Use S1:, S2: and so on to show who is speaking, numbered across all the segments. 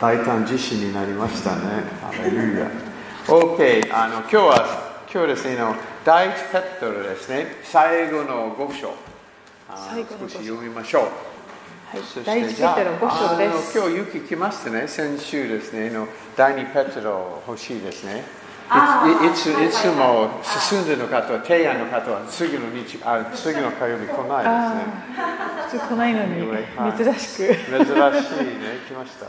S1: 大胆自身になりましたね。ハレルヤ。OK、あの今日は、今日ですね、あの第一ペットロですね、最後の5章。あ
S2: 最後
S1: 少
S2: の五章
S1: し読みましょう。
S2: はい
S1: そし、て
S2: 第一ペ
S1: じゃあ
S2: テロ5章で
S1: あ
S2: す。
S1: の今日、雪来ましたね、先週ですね、あの第二ペテロ欲しいですね。
S3: あー
S1: いつい
S3: はいはいはい
S1: ついつも進んでの方は、提案の方は次の日あ次の火曜日来ないですね。
S2: 普通来ないのに
S1: はい
S2: 珍しく。
S1: 珍しいね、来ました。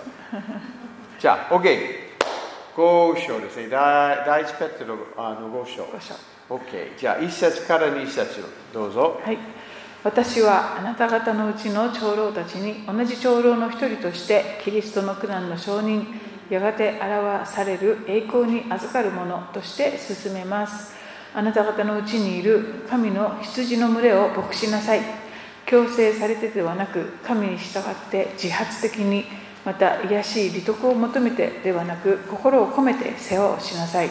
S1: じゃあ、OK。5章ですね。第第一ペテロあの5章。
S2: 五章
S1: OK。じゃあ、1節から2節どうぞ。
S2: はい。私はあなた方のうちの長老たちに同じ長老の一人としてキリストの苦難の承認やがて表される栄光に預かるものとして進めますあなた方のうちにいる神の羊の群れを牧しなさい強制されてではなく神に従って自発的にまた癒やしい利得を求めてではなく心を込めて世話をしなさい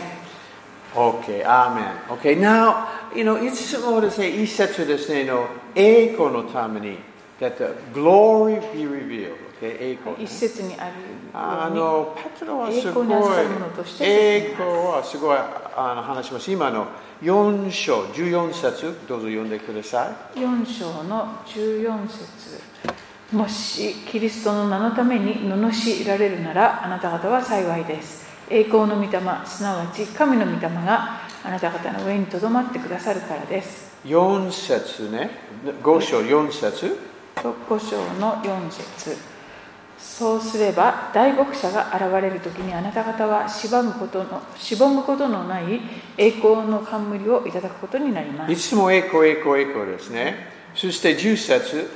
S1: OK、アーメン。OK。Now, you know, いつもですね、一節ですね、の栄光のために、that the glory be revealed。OK、栄光。
S2: 一節にあるよ
S1: あ
S2: うに
S1: のペトロはす
S2: 栄
S1: ご
S2: 光
S1: い
S2: に預かるものとして
S1: 栄光はすごいあの話します今の4章14節どうぞ読んでください
S2: 4章の14節もしキリストの名のために罵られるならあなた方は幸いです栄光の御霊すなわち神の御霊があなた方の上にとどまってくださるからです
S1: 4節ね5章4節
S2: と5章の4節そうすれば大牧者が現れる時にあなた方はしばむことのしぼむことのない栄光の冠をいただくことになります
S1: いつも栄光栄光栄光ですねそして10節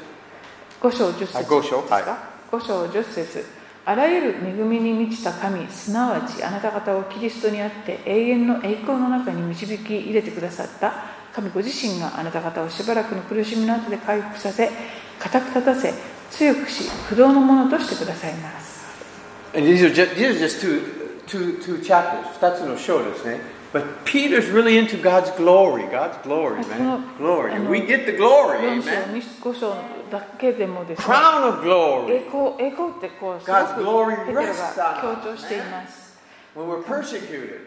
S2: 5章10節
S1: あ
S2: です
S1: 五章
S2: か、
S1: はい
S2: 5章10節あらゆる恵みに満ちた神すなわちあなた方をキリストにあって永遠の栄光の中に導き入れてくださった神ご自身があなた方をしばらくの苦しみの後で回復させ固く立たせ強くし不動のものとしてくださいます
S1: And these are just, these are just two, two, two chapters 2つの章ですね But Peter's really into God's glory God's glory man
S2: あこの
S1: glory
S2: あの
S1: we get the glory
S2: 4章
S1: amen
S2: に5章だけでもですね
S1: crown of glory
S2: 栄光栄光ってこうす
S1: God's
S2: ご
S1: glory
S2: くペテロ
S1: rests on
S2: が強調しています
S1: when we're persecuted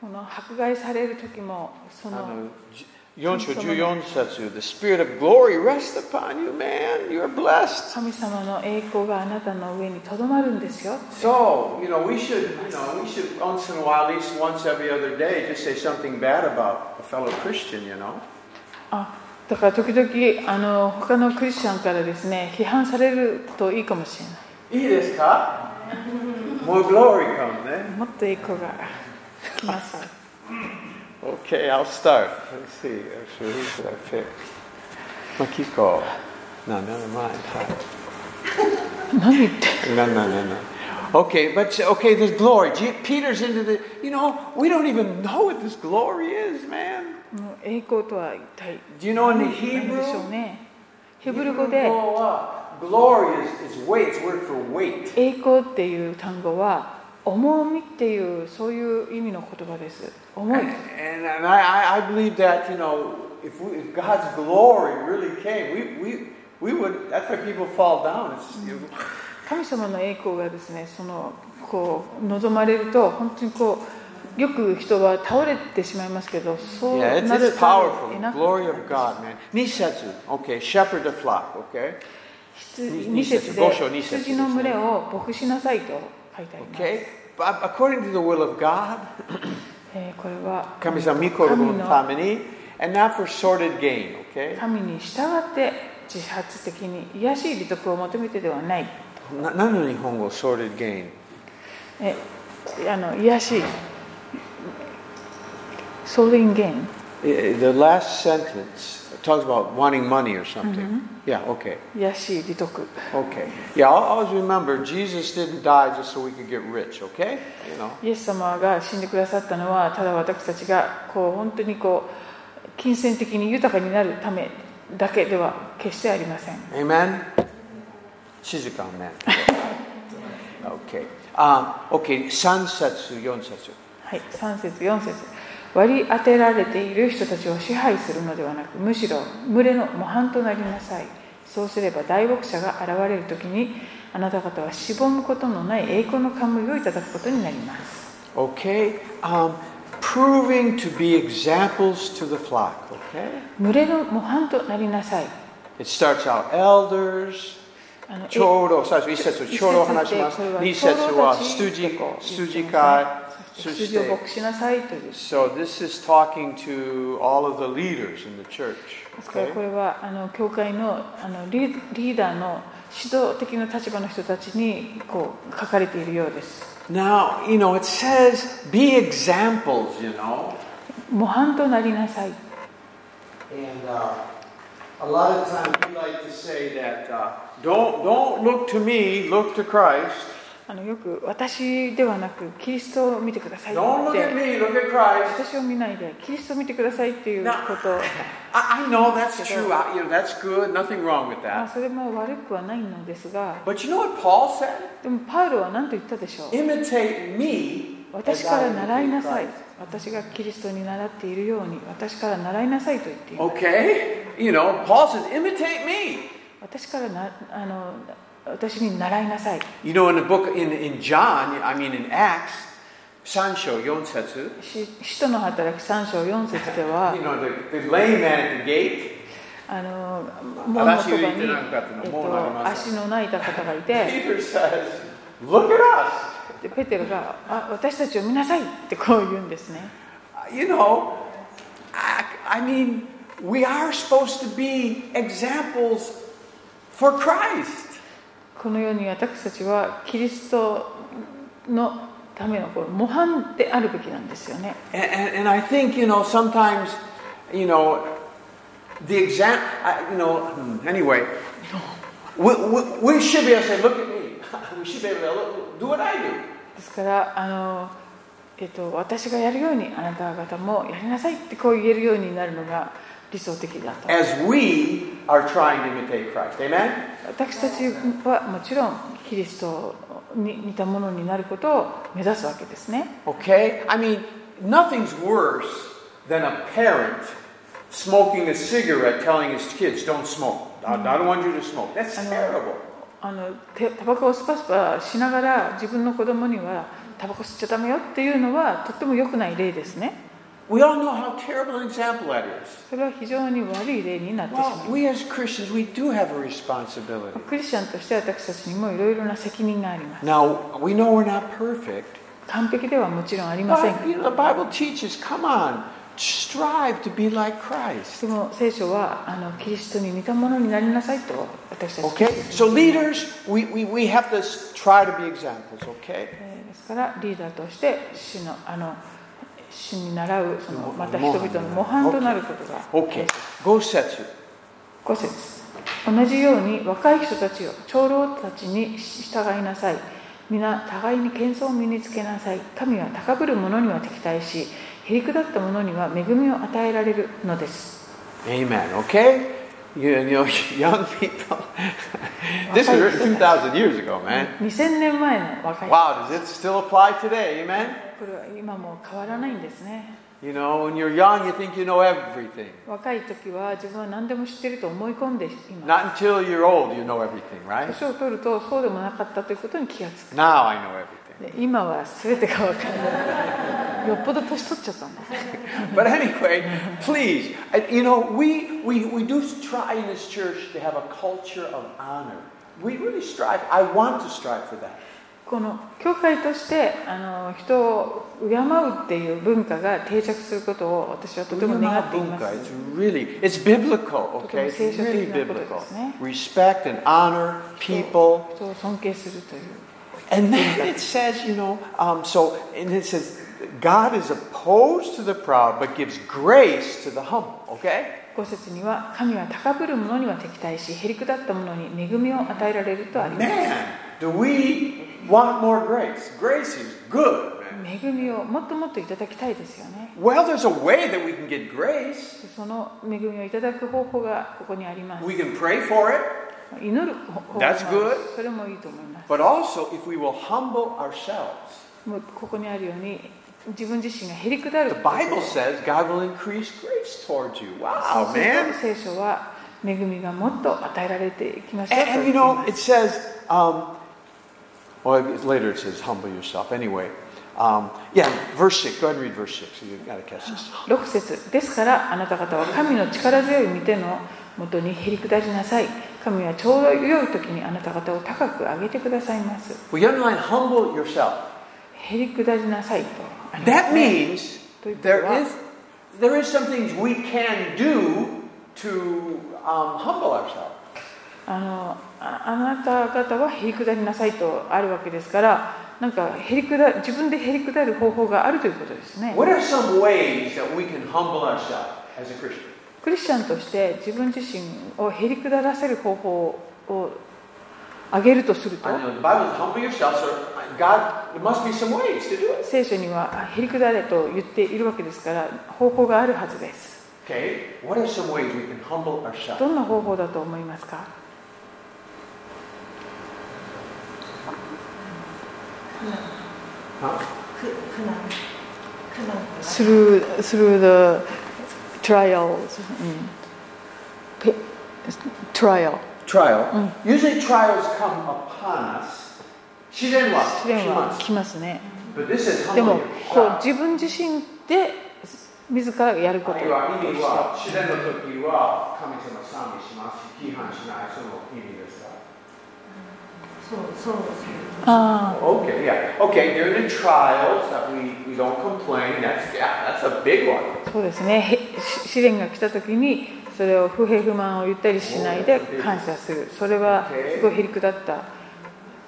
S2: この迫害される時もそ
S1: あ
S2: の
S1: のじ4章14節 The Spirit of glory rests upon you, man. You're blessed.
S2: 神様の栄光があなたの上にとどまるんですよ
S1: So, you know, we should, you know, we should once in a while, at least once every other day, just say something bad about a fellow Christian, you know.
S2: あだから時々あの他のクリスチャンからですね批判されるといいかもしれ
S1: い
S2: ない
S1: いですか More glory eh? comes, ね。
S2: もっと栄光が来ますよ
S1: Okay, I'll start. Let's see. Actually, who should I pick? Makiko. No, never mind. Hi.
S2: 何言って
S1: No, no, no, no. Okay, but okay, there's glory. Je- Peter's into the. You know, we don't even know what this glory is, man.
S2: もう栄光とは一体
S1: Do you know in the
S2: 何でしょ
S1: Hebrew?
S2: うねヘ
S1: Hebrew
S2: ブル語で
S1: go up. Glory is, is weight. It's word for weight.
S2: 栄光っていう単語は重みっていうそういう意味の言葉です重い
S1: And, and, and I, I- I believe that you know if, we, if God's glory really came, we, we, we would. That's why people fall down. It's, you-
S2: 神様の栄光がですねそのこう望まれると本当にこうよく人は倒れてしまいますけどそう
S1: Yeah,
S2: な
S1: it's,
S2: る
S1: it's
S2: と
S1: powerful.
S2: い
S1: The
S2: なく
S1: glory of God, man. Nisetsu. Okay, shepherd the flock. Okay.
S2: 羊
S1: 二
S2: 二
S1: 節
S2: 節
S1: 五
S2: で
S1: 章二節ですね
S2: 羊の群れを牧しなさいと書いてあります、
S1: Okay. But according to the will of God,
S2: えーこれは
S1: 神様御心のた
S2: の
S1: めに、and not for sordid gain, okay?
S2: 神に従って自発的に癒やしい利得を求めてではない、
S1: な何の日本語、sordid gain?
S2: えあの癒やしいソーリンゲン
S1: Eh, The last sentence talks about wanting money or something. Yeah, okay,
S2: 癒やしい利得
S1: okay. Yeah, I'll always remember Jesus didn't die just so we could get rich, okay? You know.
S2: イエス様が死んでくださったのはただ私たちがこう本当にこう金銭的に豊かになるためだけでは決してありません
S1: Amen? 静か Amen. okay. Um, okay, 3節、4節。
S2: はい、3節4節割り当てられている人たちを支配するのではなくむしろ群れの模範となりなさいそうすれば大牧者が現れる時にあなた方はしぼむことのない栄光の冠をいただくことになります
S1: Okay? Um, proving to be examples to the flock. Okay?
S2: 群れの模範となりなさい
S1: It starts out elders.
S2: あのえ
S1: ちょうど最初一節ちょうど話します
S2: 一節でこれは
S1: 二節は
S2: 長老たち
S1: 羊羊飼い
S2: そ
S1: そ
S2: して
S1: し
S2: 羊を
S1: て
S2: 牧しなさいという
S1: So this is talking to all of the leaders in the church.
S2: ですから
S1: Okay?
S2: これはあの教会のあのリリーダーの指導的な立場の人たちにこう書かれているようです
S1: Now, you know, it says be examples, you know.
S2: 模範となりなさい
S1: And uh, a lot of times we like to say that uh, don't don't look to me, look to Christ.
S2: あのよく私ではなくキリストを見てくださいって
S1: Don't look at me, look at Christ.
S2: 私を見ないでキリストを見てくださいっていうことを
S1: I, I know that's true. I, you know that's good. Nothing wrong with
S2: まあ
S1: that.
S2: それも悪くはないのですが
S1: But you know what Paul said?
S2: でもパウロは何と言ったでしょう
S1: Imitate me.
S2: 私
S1: as
S2: か
S1: I
S2: ら習い
S1: imitate
S2: なさい
S1: Christ.
S2: 私がキリストに習っているように私から習いなさいと言っている
S1: Okay, you know, Paul says, imitate me.
S2: 私からなあの私に習いなさい
S1: You know, in the book in, in John, I mean in Acts, Sancho Yonsetsu,
S2: し使徒の働き3章4節では
S1: you know, the, the lame man at the gate,
S2: あの門のそば
S1: 足を
S2: に、
S1: 入れてなんかっての
S2: えっ
S1: もうなり
S2: と、
S1: ます
S2: 足のない方がい て
S1: Peter says, look at us.
S2: でペテロがあ私たちを見なさいってこう言うんですね
S1: You know, I, I mean, we are supposed to be examples for Christ.
S2: このように私たちはキリストのためのこう模範であるべきなんですよね
S1: And, and, and I think, you know, sometimes, you know, the exam, I, you know, hmm, anyway, we, we, we should be able to say, look at me. we should be able to look, do what I do.
S2: ですからあの、えっと、私がやるようにあなた方もやりなさいってこう言えるようになるのが理想的だと
S1: As we are trying to imitate Christ. Amen?
S2: 私たちはもちろんキリストに似たものになることを目指すわけですね
S1: Okay? I mean, nothing's worse than a parent smoking a cigarette telling his kids, don't smoke. I, I don't want you to smoke. That's
S2: I know.
S1: terrible.
S2: あのてタバコをスパスパしながら自分の子供にはタバコ吸っちゃダメよっていうのはとっても良くない例ですね
S1: We all know how terrible an example that is.
S2: それは非常に悪い例になってしまう
S1: Well, we as Christians, we do have a responsibility.
S2: クリスチャンとして私たちにもいろいろな責任があります
S1: Now, we know we're not perfect,
S2: 完璧ではもちろんありません
S1: but you know, the Bible teaches come on, strive to be like Christ.
S2: でも聖書はあのキリストに似たものになりなさいと私たちに
S1: Okay? So, leaders, we, we, we have to s- try to be examples, okay?
S2: えーですからリーダーとして主のあの主に習うその
S1: も
S2: また人々の模範となることが
S1: Okay. Go setsu.
S2: 5節同じように若い人たちを長老たちに従いなさい皆互いに謙遜を身につけなさい神は高ぶる者には敵対しへりくだった者には恵みを与えられるのです
S1: Amen. Okay? You, you know, young people. this is written 2,000 years ago, man.
S2: 2000年前の若い人
S1: Wow, does it still apply today? Amen?
S2: これは今も変わらないんですね
S1: You know, when you're young, you think you know everything.
S2: 若い時は自分は何でも知ってると思い込んでいます
S1: Not until you're old, you know everything, right?
S2: 年を取るとそうでもなかったということに気がつ
S1: Now I know everything.
S2: くで今は全てが分からないよっぽど年取っちゃったんです
S1: But anyway, please, I- you know, we, we, we do try in this church to have a culture of honor. We really strive. I want to strive for that.
S2: この教会としてあの人を敬うっていう文化が定着することを私はとても願っています
S1: It's really, it's biblical, okay? It's really
S2: とても聖書的なことですね。
S1: biblical. Respect and honor people.
S2: 人を尊敬するという
S1: And then it says, you know, um, so, and it says, God is opposed to the proud, but gives grace to the humble, okay?
S2: 5節には神は高ぶる者には敵対しへりくだった者に恵みを与えられるとあります
S1: Man, do we want more grace? Grace is good, man.
S2: 恵みをもっともっといただきたいですよね
S1: Well, there's a way that we can get grace.
S2: その恵みをいただく方法がここにあります
S1: We can pray for it,
S2: 祈る方法もあ
S1: That's
S2: るし
S1: good.
S2: それもいいと思います
S1: but also if we will humble ourselves.
S2: もうここにあるように自分自身がへりくだる
S1: The Bible says God will increase grace towards you. Wow,
S2: そうする
S1: man.
S2: と聖書は恵みがもっと与えられていきましょう
S1: And,
S2: と
S1: and you
S2: 言って
S1: know,
S2: います
S1: it says, um, well, it- later it says, humble yourself. Anyway, um, yeah, verse 6. Go ahead and read verse 6. You've got to catch this.
S2: 6節ですからあなた方は神の力強い御手のもとにへり下りなさい神はちょうど良い時にあなた方を高く上げてくださいます
S1: We underline humble yourself.
S2: へり下りなさいと
S1: That means
S2: They
S1: there
S2: grow up.
S1: is, there is some things we can do to um, humble ourselves.
S2: あのああなた方はへり下りなさいとあるわけですからなんかへり下自分でへり下る方法があるということですね
S1: What are some ways that we can humble ourselves as a Christian?
S2: クリスチャンとして自分自身をへり下らせる方法を挙げるとすると
S1: I know the Bible says humble yourself, so God, there must be some ways to do it.
S2: 聖書にはへりくだれと言っているわけですから方法があるはずです
S1: Okay, what are some ways we can humble ourselves?
S2: どんな方法だと思いますか
S1: Huh?
S3: 苦苦難苦難
S2: through, through the trials、trial
S1: Trial. Usually trials come upon us. 自然は
S2: 試練
S1: 来
S2: は
S1: ます。
S2: 来ますね
S1: But this is
S2: でも
S1: humble
S2: こう
S1: yourself.
S2: 自分自身で自らやること
S1: 要は意味は、自然の時は神様賛美します。批判しない、その意味ですか。
S3: そうそう
S2: あ
S1: Okay, yeah. Okay, during the trials that we, we don't complain, that's, yeah, that's a big one.
S2: あそうですねへし試練が来た時にそれを不平不満を言ったりしないで感謝するそれはすごいへりくだった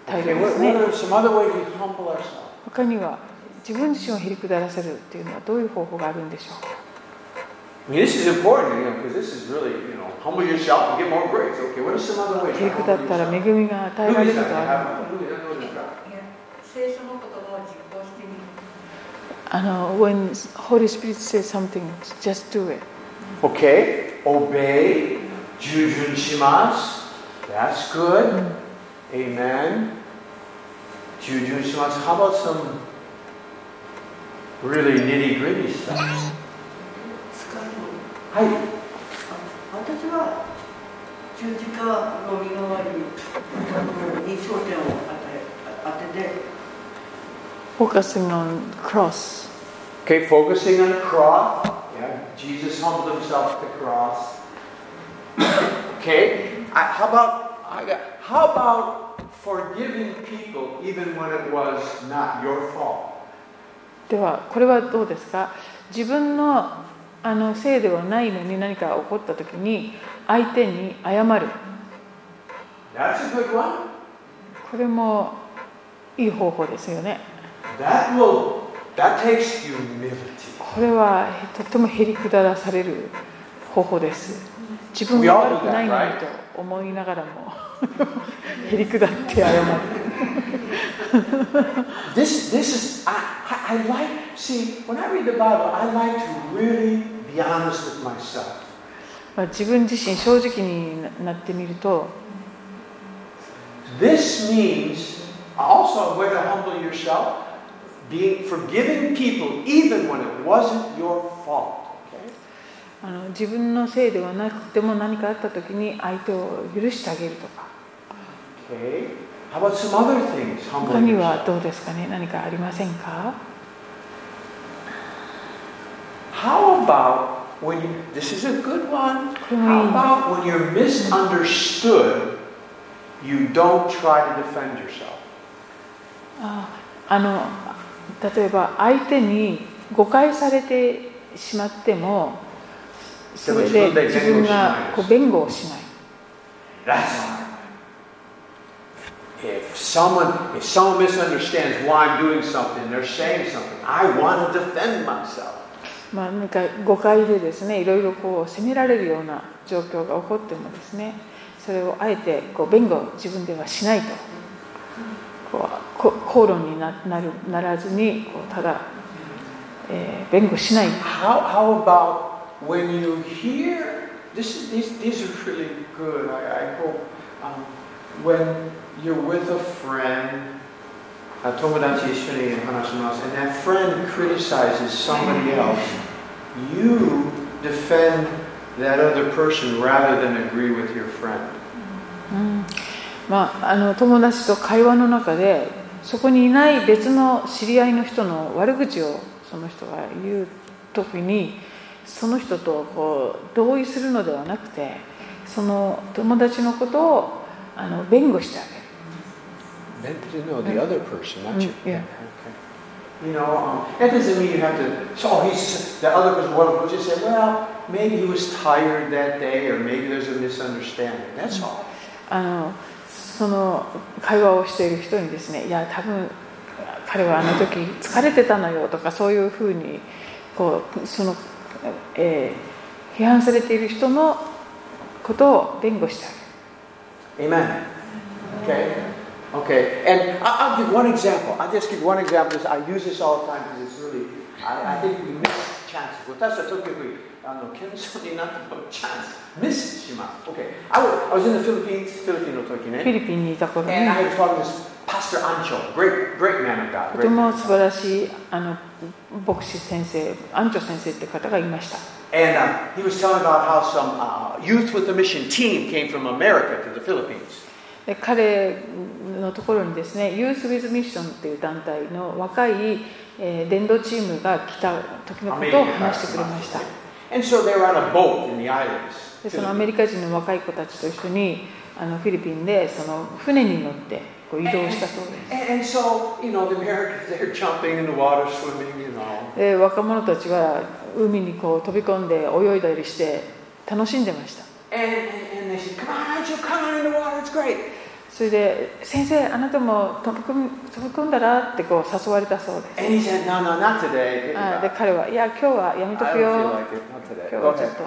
S2: 態度
S1: Okay,
S2: で
S1: what, what
S2: すね
S1: are some other ways we humble ourselves?
S2: 他には自分自身をへりくだらせるっていうのはどういう方法があるんでしょうか
S1: I mean, this is important, you know, because this is really, you know, humble yourself and get more grace. Okay, what are some other ways
S2: へ
S1: to
S2: りくだ
S1: humble
S2: ったら
S1: yourself?
S2: 恵みが与えら
S1: Who
S2: れる
S1: is
S2: とある
S1: that? Who is that? Who is that?
S3: いや聖書の言葉を実行してみる
S2: あの When Holy Spirit says something just do it
S1: Okay, obey, jujun shimas. That's good. Amen. Jujun shimas. How about some really nitty gritty stuff?
S3: 使う
S1: Hi.
S3: 私は十字架の身代わりに焦点を当て当てて
S2: Focusing on cross
S1: Okay, focusing on cross. Yeah, Jesus humbled himself at the cross. Okay. I, how about I got, how about forgiving people even when it was not your fault?
S2: ではこれはどうですか自分のあのせいではないのに何か起こった時に相手に謝る
S1: That's a good one.
S2: これもいい方法ですよね
S1: That will that takes humility.
S2: これはとってもへりくだらされる方法です自分
S1: We
S2: が
S1: all do
S2: 悪くないのにと思いながらもへりくだって謝る
S1: This this is I, I, I like see when I read the Bible I like to really be honest with myself.
S2: まあ自分自身正直になってみると
S1: This means also where to humble yourself, being forgiving people even when it wasn't your fault. Okay?
S2: あの自分のせいではなくても何かあった時に相手を許してあげるとか
S1: Okay. How about some other things?
S2: 他
S1: Humbling
S2: には
S1: yourself.
S2: どうですかね何かありませんか
S1: How about when you, this is a good one. How about when you're misunderstood, you don't try to defend yourself?
S2: ああの例えば相手に誤解されてしまってもそれで
S1: でも
S2: 自
S1: 自分
S2: 分
S1: で
S2: がこう弁護をしない
S1: That's hard. If someone if someone misunderstands why I'm doing something, they're saying something, I want to defend myself.
S2: まあなんか誤解でですねいろいろこう責められるような状況が起こってもですねそれをあえてこう弁護を自分ではしないとこうこ口論にななるならずにこうただ、えー弁護しない
S1: How how about when you hear this is these these are really good, I, I hope. Um, when you're with a friend, uh, 友達一緒に話します, and that friend criticizes somebody else, you defend
S4: that other person rather than agree with your friend.
S2: まあ、あの友達と会話の中でそこにいない別の知り合いの人の悪口をその人が言う時にその人とこう同意するのではなくてその友達のことをあの弁護してあげる。
S4: Then, you know, the other person, not
S2: Mm,
S4: you.
S2: yeah.
S4: Okay.
S1: You know, um, that doesn't mean you have to. So oh, he's the other was wonderful. Just say, well, maybe he was tired that day, or maybe there's a misunderstanding. That's
S2: Mm.
S1: all.
S2: あのその会話をしている人にですね「いや多分彼はあの時疲れてたのよ」とかそういうふうにこうその、えー批判されている人のことを弁護してあげる。
S1: Amen. Okay. Okay. And I- I'll give one example. I'll just give one example. I use this all the time because it's really. I, I think we miss chances. 私たちは時々あの謙遜になってもチャンス Okay. I was, I was in the Philippines, eh? フィリピンの時ね。
S2: フィリピンにいた頃に
S1: And I had found this Pastor Ancho, great, great man of God.
S2: とて
S1: Great
S2: も
S1: man.
S2: 素晴らしいあの牧師先生安長先生って方がいました
S1: And uh, he was telling about how some uh, youth with a mission team came from America to the Philippines.
S2: で彼のところにですね Youth with Mission っていう団体の若い、えー伝道チームが来た時のことを話してくれました
S1: And so they were on a boat in the islands.
S2: でそのアメリカ人の若い子たちと一緒にあのフィリピンでその船に乗ってこう移動したそうです
S1: And, and so, you know, the Americans, they're jumping in the water, swimming, you know.
S2: で若者たちは海にこう飛び込んで泳いだりして楽しんでました
S1: And, and, and they said, come on, Ancho, come on in the water, it's great.
S2: それで「先生あなたも飛び込み飛び込んだら?」ってこう誘われたそうです
S1: And he said, no, no, not today.
S2: あで彼は「いや今日はや
S1: I
S2: め
S1: don't
S2: とく
S1: feel
S2: よ
S1: like it, not today.
S2: 今日
S1: Go
S2: はちょ
S1: ahead.
S2: っと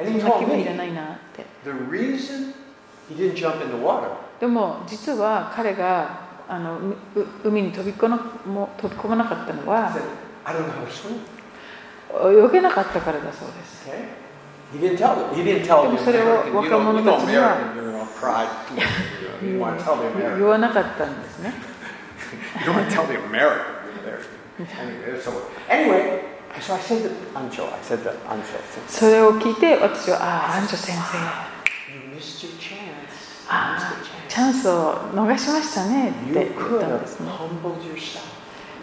S1: And he
S2: そんな気
S1: told
S2: 分じゃ
S1: me
S2: ないな」って
S1: the reason he didn't jump in the water
S2: でも実は彼があのう海に飛びこなも飛び込まなかったの
S1: I
S2: は
S1: said, I don't know how to swim.
S2: 泳げなかったからだそうです
S1: Okay? He didn't tell them. He didn't tell them.
S2: でもそれを
S1: American, you know, you know
S2: 若者たちには-
S1: American, you know, pride. You, know, you want to tell the
S2: 言
S1: American.
S2: わなかったんですね
S1: You don't want to tell the American. you're American. Anyway, so, anyway, so I said to Ancho, I said to Ancho, I said,
S2: それを聞いて私は「ああ安女先生
S1: you missed your chance.
S2: あ
S1: You
S2: あ
S1: missed your
S2: チャンスを逃しましたね」って
S1: chance. You
S2: 言っ
S1: could
S2: たん
S1: have
S2: ですね
S1: humbled yourself.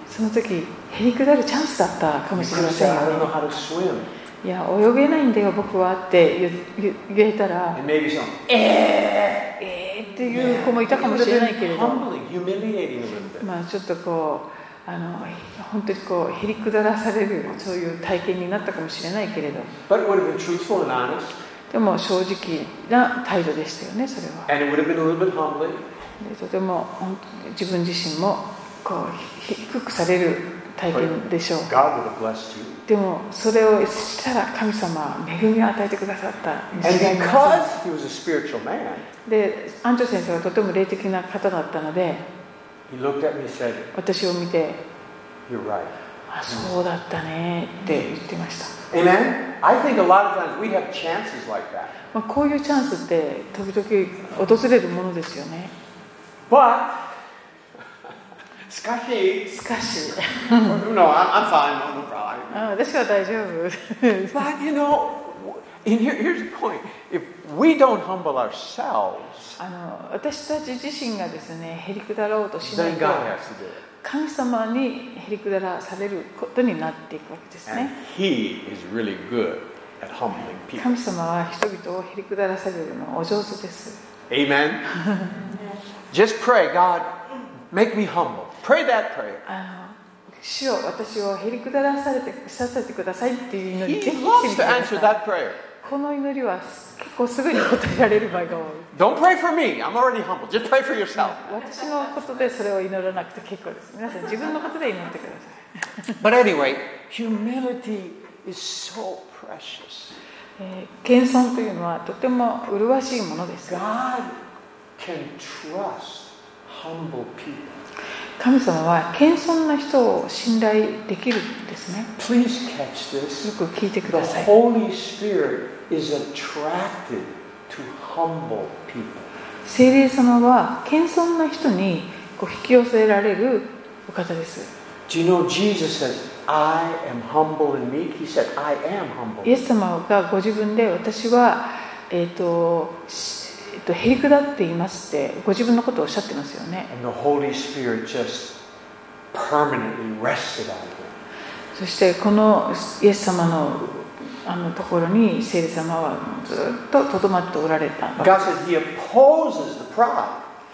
S2: その時へりくだるチャンスだったか
S1: You
S2: も
S1: could
S2: しれま
S1: have
S2: せん
S1: said,
S2: よ
S1: I
S2: ね
S1: don't know how to swim.
S2: いや泳げないんだよ僕はって言言言えたら
S1: And maybe some.
S2: えーっていう子もいたかも
S1: would
S2: しれ
S1: have
S2: ないけ
S1: been
S2: れど
S1: humbling, humiliating a little bit.
S2: まあちょっとこうあの本当にこうへりくだらされるそういう体験になったかもしれないけれど
S1: But it would have been truthful and honest,
S2: でも正直な態度でしたよねそれは
S1: and it would have been a little bit humbling.
S2: でとても本当に自分自身もこうひ低くされる体験でしょう
S1: God would have blessed you.
S2: でもそれをしたら神様は恵みを与えてくださったに
S1: And
S2: 違いありませ
S1: because
S2: ん
S1: he was a spiritual man,
S2: で安長先生はとても霊的な方だったので
S1: he looked at me and said,
S2: 私を見て
S1: You're right.
S2: あそうだったねって言ってました、
S1: Amen? I think a lot of times we have chances like that.
S2: まあ、こういうチャンスって時々訪れるものですよね
S1: But, Scotty,
S2: しかし
S1: no, I- I'm fine, no, no problem.
S2: あ私は大丈夫
S1: But, you know, and here, here's the point if we don't humble ourselves,
S2: あの私たち自身がですねへりくだろうとしない
S1: then
S2: と
S1: God has to do it.
S2: 神様にへりくだらされることになっていくわけです
S1: And
S2: ね
S1: he is really good at humbling people.
S2: 神様は人々をへりくだらされるのお上手です
S1: Amen? Just pray, God, make me humble. Pray that prayer.
S2: あの主を私をへりくだらされてさせてくださいっていう祈り
S1: He
S2: ぜひして
S1: loves
S2: みて
S1: to
S2: くだ
S1: answer
S2: さい
S1: that prayer.
S2: この祈りは結構すぐに答えられる場合が多い
S1: Don't pray for me. I'm already humble. Just pray for yourself.
S2: 私のことでそれを祈らなくて結構です皆さん自分のことで祈ってくださ
S1: But anyway, humility is so precious.
S2: い、えー謙遜というのはとても麗しいものです
S1: God can trust humble people.
S2: 神様は謙遜な人を信頼できるんですね
S1: Please catch
S2: よ
S1: this.
S2: く聞いてく
S1: The
S2: ださい
S1: Holy Spirit is attracted to humble people.
S2: 聖霊様は謙遜な人にこう引き寄せられるお方です
S1: Do you know Jesus says, I am humble and meek? He said, I am humble.
S2: イエス様がご自分で私は、えーとしえーとへりくだっていますってご自分のことをおっしゃってますよね
S1: And the Holy Spirit just permanently rested on him.
S2: そしてこのイエス様のあのところに聖霊様はずっととどまっておられた
S1: God said he opposes the proud.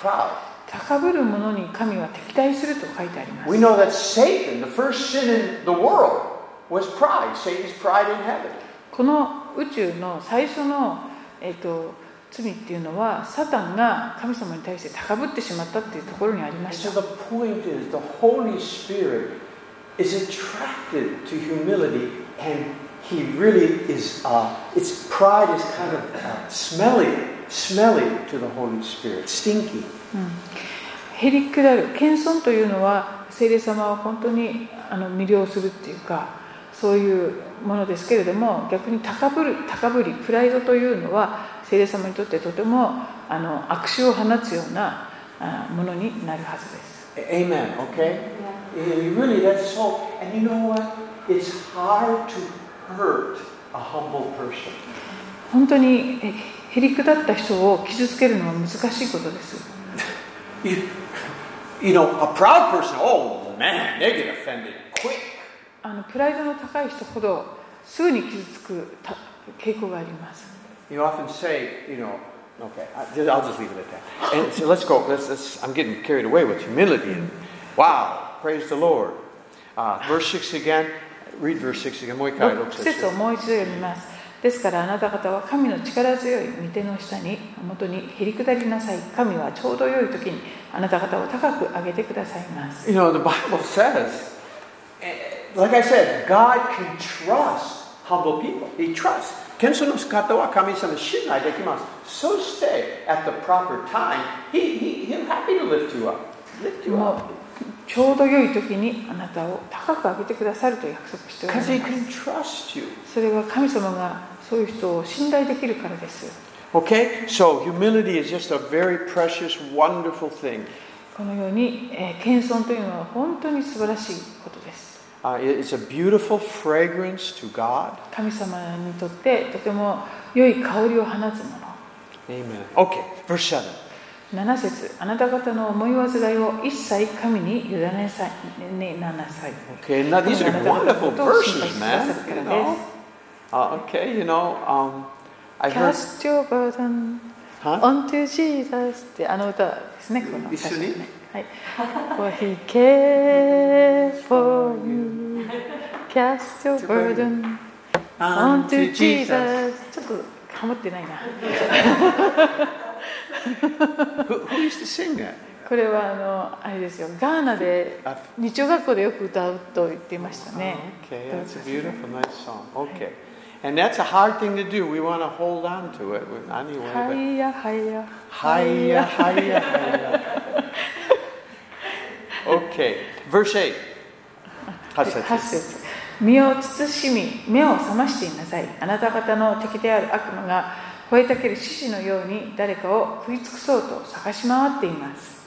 S1: Proud.
S2: 高ぶる者に神は敵対すると書いてありま
S1: We
S2: す
S1: know that Satan, the first sin in the world, was pride. Satan's pride in heaven.
S2: この宇宙の最初の、えー、と罪っていうのはサタンが神様に対して高ぶってしまったっていうところにありま
S1: And
S2: した
S1: so the point is, the Holy Spirit is attracted to humility, and he really is. Uh, its pride is kind of uh, smelly, smelly to the Holy Spirit, stinky.
S2: へりくだる謙遜というのは聖霊様は本当にあの魅了するっていうかそういうものですけれども逆に高ぶる高ぶりプライドというのは聖霊様にとってとてもあの握手を放つようなあものになるはずです
S1: A- Amen. Okay. You really, that's so. And you know what? It's hard to hurt a humble person.
S2: 本当にえへりくだった人を傷つけるのは難しいことです
S1: You, you know, a proud person. Oh man, they get offended quick.
S2: あのプライドの高い人ほどすぐに傷つくた傾向があります
S1: You often say, you know, okay, I, I'll just leave it at that. And so let's go. Let's, let's, I'm getting carried away with humility. And wow, praise the Lord. Uh, verse 6 again. Read verse 6 again.
S2: 6節を
S1: もう一回、六節。
S2: もう一度読みます。ですからあなた方は神の力強い御手の下に元にへりくだりなさい。神はちょうど良い時にあなた方を高く上げてくださいます。
S1: You know, the Bible says, eh, like I said, God can trust humble people. He trusts. 謙遜の仕方は神様信頼できます。そして、at the proper time, he, he, he'll happy to lift you up. Lift you
S2: もう
S1: up.
S2: ちょうど良い時にあなたを高く上げてくださると約束しておりま
S1: Because
S2: す
S1: he。can trust you.
S2: それは神様がそういう人を信頼できるからです。
S1: Okay? So humility is just a very precious, wonderful thing.
S2: このように、えー謙遜というのは本当に素晴らしいことです。
S1: Uh, it- it's a beautiful fragrance to God.
S2: 神様にとってとても良い香りを放つもの。
S1: Amen. Okay, verse 7.
S2: 7節あなた方の思い煩いを一切神に委ねさねななさい。
S1: Okay, now these are
S2: 神があな
S1: wonderful
S2: た方のことを心配
S1: verses,
S2: してく
S1: man. You
S2: ださるから
S1: know?
S2: で
S1: Uh, okay, you know, um, I
S2: す。
S1: heard.
S2: Cast your burden
S1: Huh?
S2: onto Jesus ってあの歌ですね、この
S1: 一緒に
S2: 歌詞ねはい。For he cares for you. Cast your burden
S1: Um,
S2: onto Jesus. ちょっとハモってないな。
S1: Who, who used to sing that?
S2: これはあのあれですよ、ガーナで日曜学校でよく歌うと言っていましたね。
S1: Okay,
S2: どう
S1: that's a
S2: ですね
S1: beautiful, nice song. Okay. And that's a hard thing to do. We want to hold on to it with- anyway.
S2: は
S1: But
S2: いやはいや
S1: hiya, hiya, hiya. Okay, verse 8.
S2: 8節身を慎み目を覚ましていなさいあなた方の敵である悪魔が吠えたける獅子のように誰かを食い尽くそうと探し回っています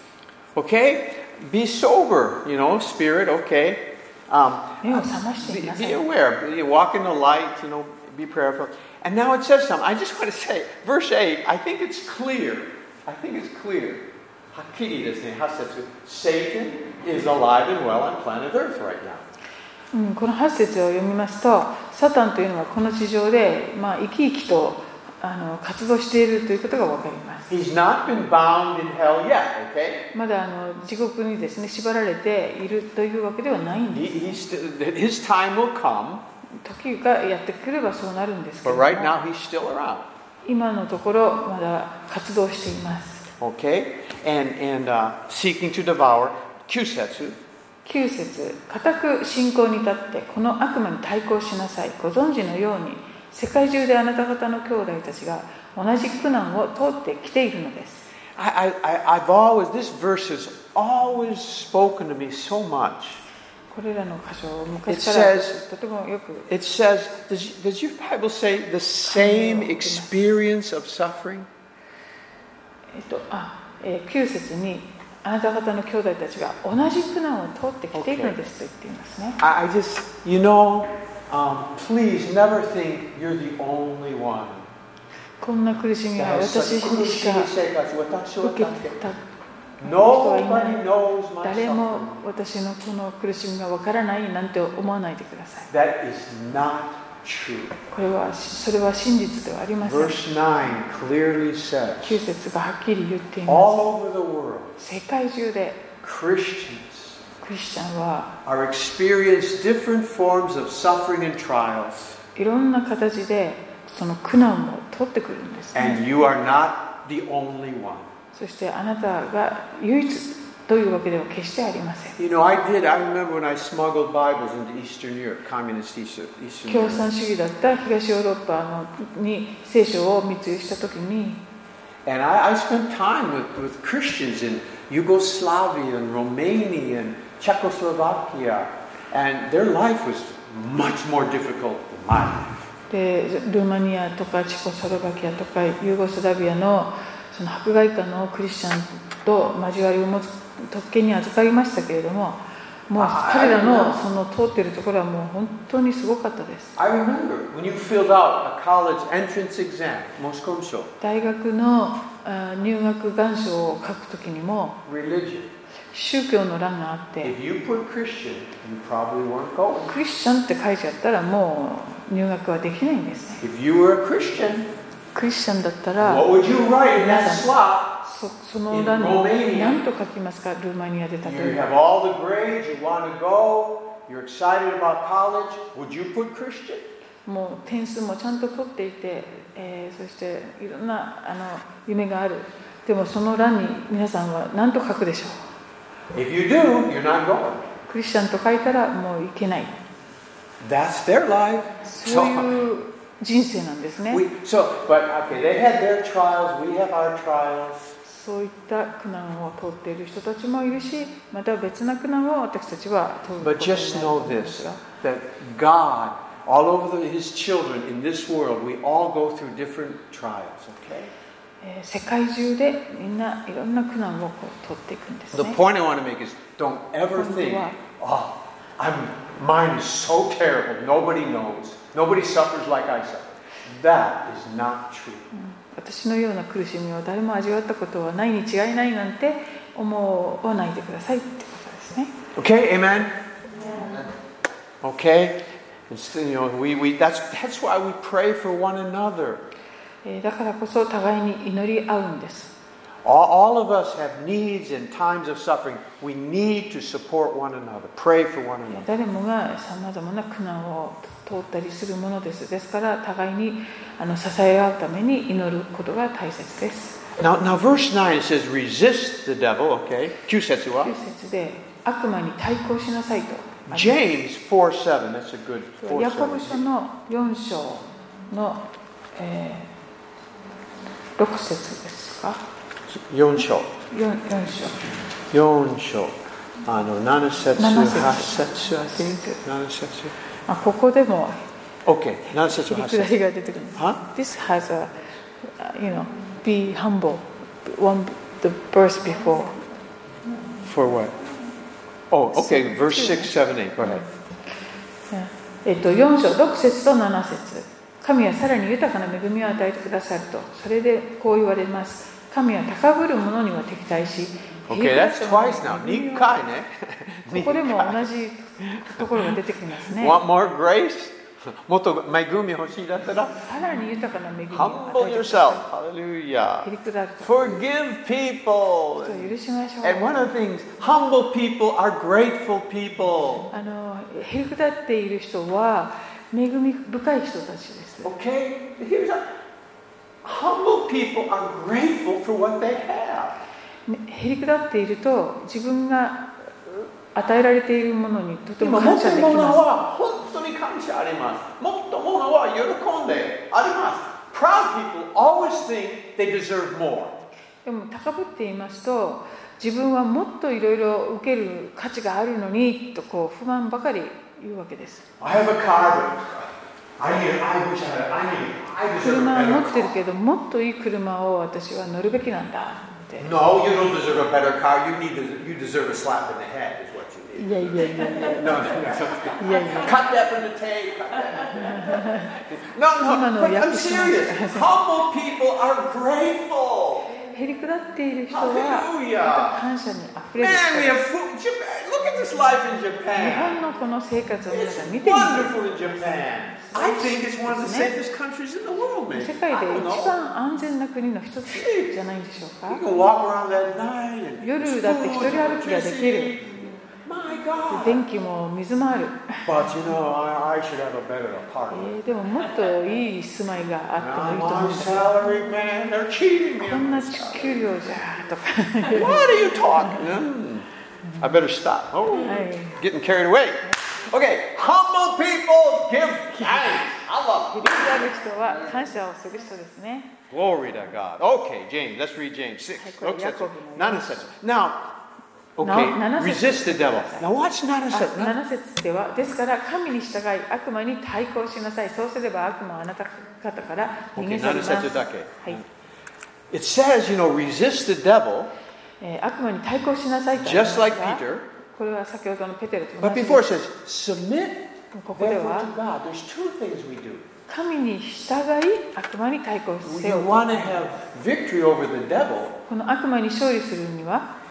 S1: Okay? Be sober, you know, spirit, okay? Um,
S2: 目を覚ましてい
S1: Be,
S2: なさい
S1: be aware. Be- walk in the light. You know, be prayerful. And now it says something. I just want to say, verse eight. I think it's clear. I think it's clear. Hakiri desu ne, hasetsu. Satan is alive and well on planet Earth right now.
S2: うん、この8節を読みますとサタンというのはこの地上で、まあ、生き生きとあの活動しているということが分かります
S1: He's not been bound in hell yet. Okay.
S2: まだあの地獄にですね縛られているというわけではないん
S1: He,
S2: です
S1: he's still, his time will come,
S2: 時がやってくればそうなるんですけ
S1: but
S2: ども
S1: right now he's still around.
S2: 今のところまだ活動しています。
S1: Okay. And and uh, seeking to devour. Kyusetsu.
S2: 9節固く信仰に立ってこの悪魔に対抗しなさいご存知のように世界中であなた方の兄弟たちが同じ苦難を通ってきているのです
S1: I, I- I, I've always, this verse has always spoken to me so much.
S2: これらの箇所を昔
S1: It
S2: から
S1: says-
S2: とてもよく
S1: It says, does, does your Bible say the same experience of suffering?
S2: えっとあ、えー、9節にあなた方の兄弟たちが同じ苦難を通ってきているのですと言っていますね。
S1: I, I just, you know, um, please never think you're the only one.
S2: こんな苦しみは私にしか受けた
S1: Nobody knows
S2: 誰
S1: myself.
S2: も私のこの苦しみがわからないなんて思わないでください。
S1: That is not true.
S2: これはそれは真実ではありません。
S1: Verse 9 clearly
S2: 9
S1: says
S2: 節がはっきり言っていま
S1: all over the world,
S2: す。世界中で
S1: Christians
S2: クリスチャンは
S1: are experienced different forms of suffering and trials,
S2: いろんな形でその苦難を取ってくるんです、ね。
S1: and you are not the only one.
S2: そしてあなたが唯一というわけでは決してありません。
S1: You know, I did, I remember when I smuggled Bibles into Eastern Europe, communist Eastern, Eastern
S2: 共
S1: Europe.
S2: 産主義だった東ヨーロッパのに聖書を密輸した時に
S1: And I, I spent time with, with Christians in Yugoslavia and Romania and Czechoslovakia. And their life was much more difficult than my life.
S2: でルーマニアとかチェコスロバキアとかユーゴスラビアのその迫害下のクリスチャンと交わりを持つ特権に預かりましたけれどももう
S1: あー
S2: 彼ら
S1: ある
S2: の
S1: な
S2: その通っているところはもう本当にすごかったです
S1: I remember when you filled out a college entrance exam, Moskomsho,
S2: 大学のあー入学願書を書く時にも
S1: religion.
S2: 宗教の欄があって
S1: If you put Christian, you probably weren't going.
S2: クリスチャンって書いちゃったらもう入学はできないんですね
S1: If you were a Christian,
S2: クリスチャンだったら
S1: what would you write in that slot?
S2: そその裏に
S1: Romania.
S2: 何と書きますかルーマニアで
S1: You
S2: 例えば
S1: have all the grades, you want to go, you're excited about college, would you put Christian?
S2: もう点数もちゃんと取っていて、えーそしていろんなあの夢があるでもその欄に皆さんは何と書くでしょ
S1: If you do, you're not going.
S2: うクリスチャンと書いたらもういけない
S1: That's their life.
S2: そういう人生なんですね
S1: we, so, but okay, they had their trials. We have our trials.
S2: そういった苦難を通っている人たちもいるしまた別な苦難を私たちは通ること
S1: But
S2: になる
S1: just
S2: と
S1: know
S2: 思います
S1: this:
S2: が
S1: that God, all over the, His children in this world, we all go through different trials. Okay.
S2: えー世界中でみんないろんな苦難をこう通っていくんです
S1: The
S2: ね
S1: point I want to make is: don't ever
S2: Point
S1: think,
S2: what?
S1: "Oh, I'm mine is so terrible. Nobody knows. Nobody suffers like I suffer." That is not true.
S2: 私のような苦しみを誰も味わったことはないに違いないなんて思わないでくださいってことですね
S1: Okay, amen. Okay, it's, you know we, we that's that's why we pray for one another.
S2: えーだからこそ互いに祈り合うんです
S1: All, all of us have needs in times of suffering. We need to support one another. Pray for one
S2: えー
S1: another.
S2: 誰もがさまざまな苦難を通ったりするものですですから互いにあの支え合うために祈ることが大切です
S1: Now, now, verse nine it says, "Resist the devil." Okay,
S2: 9
S1: Kyusetsuwa.
S2: 節で悪魔に対抗しなさいとあり
S1: James four seven. That's a good
S2: ます
S1: four
S2: ヤコブ書
S1: seven.
S2: の4章の、え6節ですか
S1: Yonsho.
S2: 4, 4章
S1: Yonsho. Ano, nanasetsu,
S2: Nanasetsu.
S1: hasetsu, I think.
S2: Hasetsu.
S1: Nanasetsu.
S2: あここでも
S1: Okay, nanasetsu,
S2: 切り下
S1: hasetsu.
S2: りが出てくるんです。
S1: Huh?
S2: This has a, uh, you know, be humble. One, the verse before.
S1: For what? Oh, okay, verse 6, 7, 8. Go ahead.
S2: えっと、4章、6節と7節神はさらに豊かな恵みを与えてくださると。それでこう言われます。神は高ぶる者には敵対し、
S1: Okay, that's
S2: 平凡
S1: twice
S2: 者
S1: now.
S2: には
S1: Nikai, ne?
S2: ここでも同じところが出てきますね。
S1: Want more grace? Moto megumi hoshii dattara?
S2: さらに豊かな恵みを
S1: Humble
S2: 与えてくださ
S1: yourself.
S2: る。へ
S1: Hallelujah.
S2: りくだると。
S1: Forgive people.
S2: 人を許しましょ
S1: And
S2: う
S1: one。of the things, humble people are grateful people.
S2: あのへりくだっている人は恵み深い人たちです。
S1: Okay? Here's a humble people are grateful for what they have.
S2: ねへりくだっていると自分がう与えられているものにとても感謝できま
S1: 今持つものは本当に感謝あります。もっとものは喜んであります。Proud people always think they deserve more.
S2: すでも高ぶっていますと自分はもっといろいろ受ける価値があるのにとこう不満ばかり言うわけです
S1: I have a car. but I need. I wish I had. I need. I deserve
S2: 車は
S1: a
S2: 持って
S1: better
S2: る
S1: car.
S2: けどもっといい車を私は乗るべきなんだて
S1: No, you don't deserve a better car. You need to, you deserve a slap in the head is what you need.
S2: いやいやいやいや
S1: No, no, no.
S2: いやいや
S1: Cut that from the tape. no, no, but I'm serious. Humble people are grateful.
S2: へりくだっている人は
S1: Hallelujah.
S2: 感謝にあふれる
S1: Man, we have food. Japan. Look at this life in
S2: 日
S1: Japan.
S2: 本のこの生活を皆さん見
S1: It's
S2: てみて
S1: wonderful in Japan. I think it's one of the safest countries in the world, man.
S2: 世
S1: I
S2: 界で
S1: don't
S2: 一
S1: know.
S2: 番安全な国の一つじゃないんでしょう
S1: You
S2: か
S1: can walk around at night and
S2: 夜
S1: there's
S2: だって一
S1: food,
S2: 人歩きができる
S1: electricity. My God.
S2: 電気も水もある、
S1: But you know, I, I should have a better
S2: え
S1: apartment.
S2: ーでももっといい住まいがあって
S1: I'm
S2: もいいと
S1: on
S2: 思うんです
S1: salary, man. They're cheating me.
S2: こん
S1: on my
S2: な
S1: salary.
S2: 給料じゃとか
S1: What are you talking? Mm. I better stop. Oh,
S2: Hey.
S1: getting carried away. Okay, humble people give thanks. I love
S2: 振
S1: it.
S2: りある人は感謝をする人ですね
S1: Glory to God. Okay, James, let's read James 6.
S2: Hey,
S1: Okay,
S2: Jacob.
S1: not essential. Now, okay,
S2: none of it.
S1: resist the devil. Now watch Uh, not
S2: あ
S1: essential.
S2: 7節ではですから神に従い悪魔に対抗しなさいそうすれば悪魔はあなた方から逃げ去ります、
S1: Okay, 7節だけ
S2: はい、
S1: It says, you know, resist the devil.
S2: えー悪魔に対抗しなさいとあります
S1: Just
S2: が
S1: like Peter.
S2: これは先ほどのペテロと同
S1: But
S2: じです
S1: before it says, submit
S2: ここで
S1: therefore
S2: は
S1: to God. There's two things we do.
S2: 神に従い悪魔に対抗せ
S1: You
S2: よ
S1: want to have victory over the devil,
S2: この悪魔に勝利するには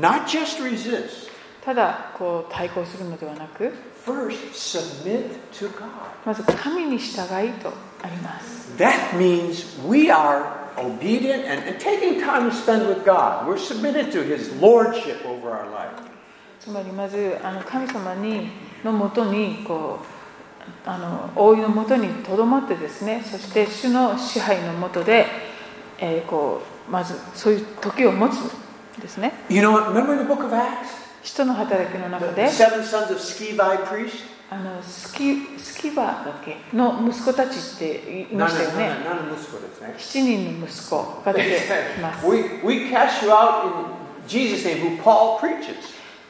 S1: not just resist.
S2: ただこう対抗するのではなく
S1: First, submit to God.
S2: まず神に従いとあります
S1: That means we are obedient and, and taking time to spend with God. We're submitted to His lordship over our life.
S2: つまりまずあの神様にのもとにこうあの覆いのもとにとどまってですねそして主の支配のもとで、えーこうまずそういう時を持つんですね
S1: You know what? Remember in the book of Acts?
S2: 人の働きの
S1: The,
S2: 中
S1: the
S2: で
S1: seven sons of Skevi priest?
S2: あのスキスキバだっけの息子たちっていましたよね
S1: none of this would have said.
S2: 7人の息子が出てきます
S1: We, we cast you out in Jesus' name, who Paul preaches.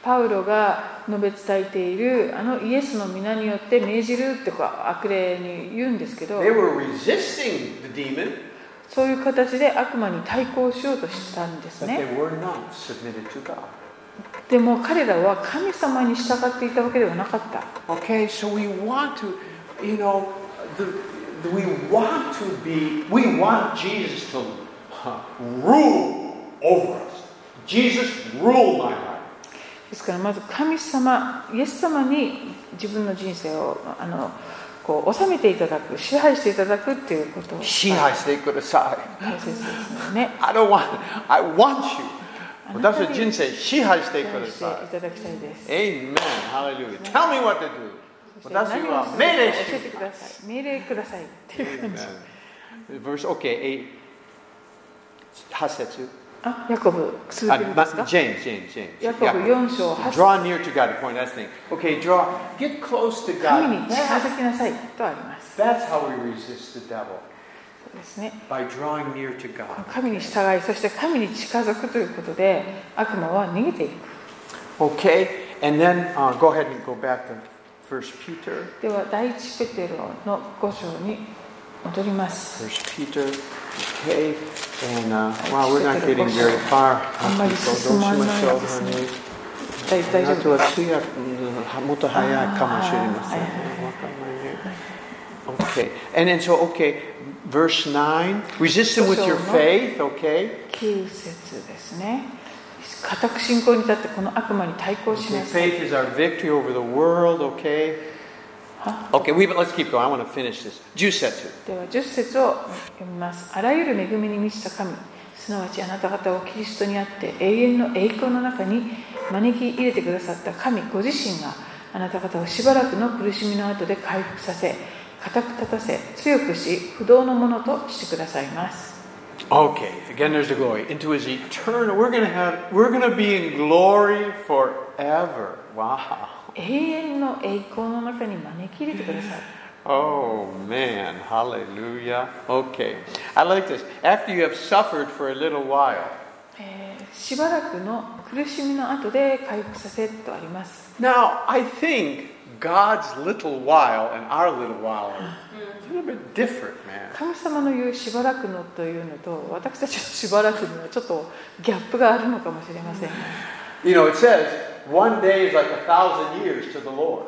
S2: パウロが述べ伝えているあのイエスの皆によって命じるってか悪霊に言うんですけど
S1: They were resisting the demon,
S2: そういう形で悪魔に対抗しようとしたんです
S1: but
S2: ね
S1: they were not submitted to God.
S2: でも彼らは神様に従っていたわけではなかった
S1: Okay, so we want to, you know, the, the- we want to be, we want Jesus to uh, rule over us. Jesus, rule my life.
S2: ですからまず神様イエス様に自分の人生をあのこう収めていただく支配していただくっていうことが大
S1: 支配してください。I
S2: 切ですよね
S1: don't want, I want you. 私は
S2: 支配してい
S1: 人生支配してください。
S2: ただきたいです
S1: Amen. Hallelujah. Tell me what to do.
S2: 何をするか教
S1: 私は
S2: えて
S1: 命令してください。
S2: ください命令くださいっていう感じ
S1: Verse, okay, 8節。
S2: あヤコブ続けるんですか
S1: Uh, James, James, James.
S2: ヤコブ
S1: Yeah.
S2: 4章8節
S1: Draw near to God, point that thing. Okay, draw, get close to
S2: 神に
S1: God.
S2: 近
S1: That-
S2: づきなさいとあります。
S1: That's how we resist the devil,
S2: そうですね。
S1: by drawing near to God.
S2: 神に従い、そして神に近づくということで、悪魔は逃げていく。
S1: Okay, and then uh, go ahead and go back to First Peter.
S2: では、第一ペテロの5章に戻ります。
S1: First Peter, okay, and uh, wow, we're not getting very far. So don't you much over on me.
S2: 大大丈夫です。
S1: Okay, and then so, okay, verse 9, resist him with your faith, okay?
S2: 9節ですね。固く信仰に立って、この悪魔に対抗し
S1: Okay,
S2: なさい。
S1: faith is our victory over the world, okay? Okay, we, let's keep going. I want to finish this. Jusetsu.
S2: では10節を読みます。あらゆる恵みに満ちた神、すなわちあなた方をキリストにあって永遠の栄光の中に招き入れてくださった神ご自身があなた方をしばらくの苦しみの後で回復させ、固く立たせ、強くし、不動のものとしてくださいます。
S1: Okay, again, there's the glory. Into his eternal, we're going to have, we're going to be in glory forever. Wow.
S2: 永遠の栄光の中に招き入れてください。
S1: Oh man, hallelujah. Okay, I like this. After you have suffered for a little while.
S2: えーしばらくの苦しみの後で回復させとあります。
S1: Now, I think God's little while and our little while are a little bit different, man.
S2: 神様の言うしばらくのというのと私たちのしばらくのはちょっとギャップがあるのかもしれません
S1: You know, it says, one day is like a thousand years to the Lord.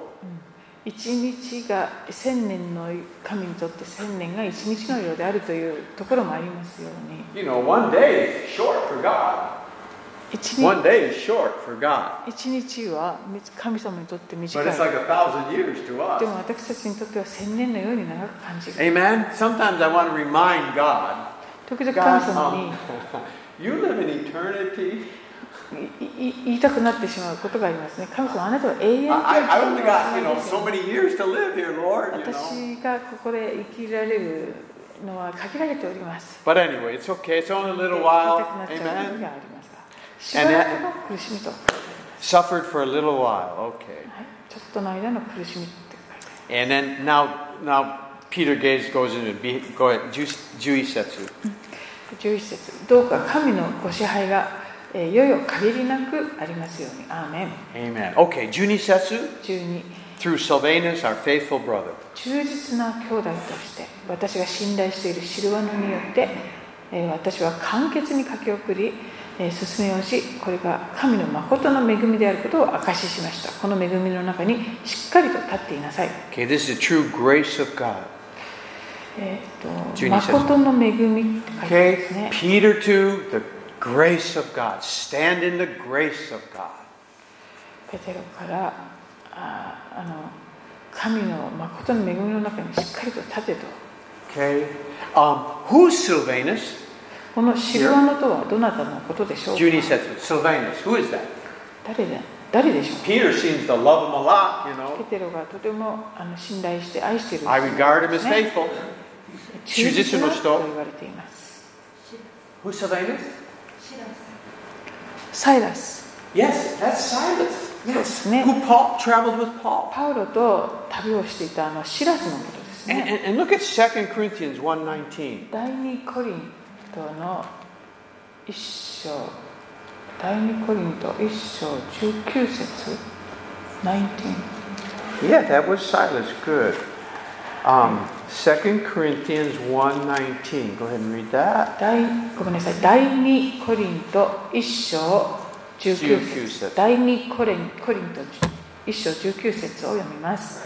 S2: 一日が千年の神にとって千年が一日のようであるというところもありますように
S1: You know, one day is short for God.
S2: 一
S1: One
S2: 日
S1: day is short for God.
S2: 一日は神様にとって短
S1: But
S2: い
S1: it's like a thousand years to
S2: で
S1: us.
S2: も私たちにとっては千年のように長く感じる
S1: Amen? Sometimes I want to remind God,
S2: 時々
S1: God,
S2: 神様
S1: um, you live in eternity.
S2: にいい言いたくなってしまうことがありますね神様あなたは永遠
S1: I,
S2: と
S1: I, I
S2: いう
S1: only
S2: 時間
S1: got,
S2: を
S1: you
S2: 過ご
S1: know,
S2: す
S1: so many years to live here, Lord, you know.
S2: 私がここで生きられるのは限られております。
S1: But anyway, it's okay. It's only a
S2: 痛
S1: little
S2: く
S1: while.
S2: なっちゃう時
S1: Amen?
S2: がありますが、しばらくの苦しみと、はい、
S1: Suffered for a little while. Okay.
S2: ちょっとの間の苦しみって書いてありま
S1: And
S2: す
S1: then now, now Peter Gaze goes into be, go ahead, Ju- Juisetsu.
S2: 11節どうか神のご支配が、えー、よよ限りなくありますように。アーメン。
S1: Amen. Okay, Junisetsu
S2: 12
S1: through Silvanus, our faithful brother.
S2: 忠実な兄弟として私が信頼しているシルワノによって、えー私は簡潔に書き送り、えー進めをしこれが神の誠の恵みであることを証ししましたこの恵みの中にしっかりと立っていなさい、
S1: Okay, this is the true grace of God.
S2: えー、と
S1: 12節
S2: 誠の恵みって書いてあります
S1: Okay,
S2: ね
S1: Peter to the grace of God. Stand in the grace of God.
S2: ペテロからあーあの神の誠の恵みの中にしっかりと立てと
S1: Okay, um, who's Silvanus?
S2: このシルワノとはどなたのことでしょうか
S1: Junisetsu, Silvanus. Who is that?
S2: 誰で誰でしょう
S1: Peter seems to love him a lot, you
S2: ペ
S1: know.
S2: テロがとてもあの信頼して愛している
S1: I regard him as
S2: ね
S1: faithful.
S2: 忠実
S1: 忠実
S2: な
S1: の人
S2: と言われています。
S1: Who's Silvanus?
S3: シラス
S2: サイラス、
S1: Yes, that's Silas.
S2: Yes.
S1: Who Paul traveled with Paul.
S2: パウロと旅をしていたあのシラスのことです
S1: And,
S2: ね。
S1: and, and look at 2 Corinthians 1.19.
S2: 第二コリントの一章、第二コリント一章十九節、19。
S1: Yeah, that was Silas. Good. Um, 2 Corinthians 1.19. Go ahead and read that.
S2: 第ごめんなさい、第二コリント一章十九
S1: 19節
S2: 節、第二コリンコリント一章十九節を読みます。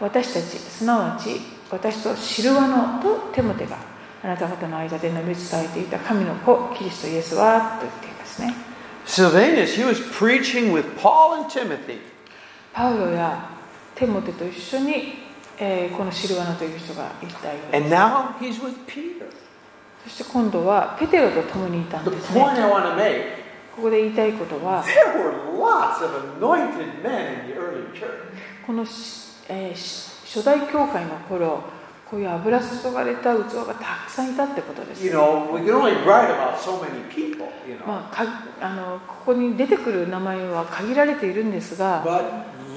S2: 私たち、すなわち私とシルワノとテモテがあなた方の間で述べ伝えていた神の子、キリストイエスはと言っていますね。
S1: Silvanus, he was preaching with Paul and Timothy.
S2: パウロやテモテと一緒に、えーこのシルワノという人がいたようで
S1: And now he's with Peter.
S2: す。そして今度はペテロと共にいたん
S1: The
S2: です
S1: point
S2: ね。
S1: I want to make,
S2: ここで言いたいことは、
S1: there were lots of anointed men in the early church.
S2: このし、えーし初代教会の頃こういう油注がれた器がたくさんいたってことです、
S1: You know, we can only write about so many people, you know.
S2: まあ、かあのここに出てくる名前は限られているんですが
S1: But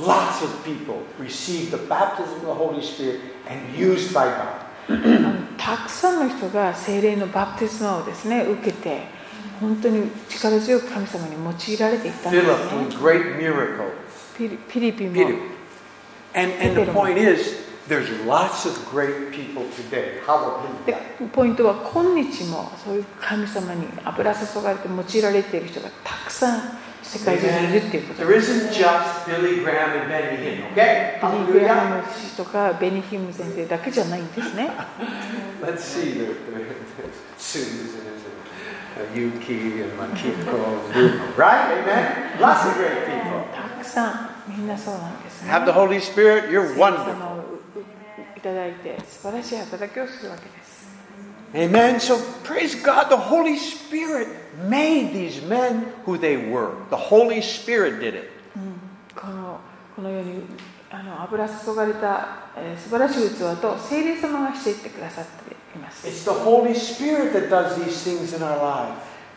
S1: lots of people received the baptism of the Holy Spirit and used by God.
S2: あのたくさんの人が精霊のバプテスマをですね受けて本当に力強く神様に用いられていったんです
S1: Philip
S2: ね
S1: did great miracles.
S2: ピリピリピンも
S1: Peter. And, and the point is, there's lots of great people today.
S2: で
S1: Hallelujah.
S2: ポイントは今日もそういう神様に油注がれて用いられている人がたくさん世界中にいるっていうことです
S1: There isn't just Billy Graham and Benny Hinn, okay?
S2: ビリー・グラ
S1: Hallelujah.
S2: ム氏とかベニヒム先生だけじゃないんですね。
S1: Let's see. There, there, there's Susan and uh, Yuki and Makiko. Bruno, Right? Amen? Lots of great people.
S2: たくさんみんなそうなんですね。
S1: Have the Holy Spirit, you're
S2: 神
S1: wonderful.
S2: 様をいただいて素晴らしい働きをするわけです。
S1: Amen. So praise God, the Holy Spirit made these men who they were. The Holy Spirit did it.
S2: このこのようにあの油注がれた、えー素晴らしい器と聖霊様がしていってくださっています。
S1: It's the Holy Spirit that does these things in our life.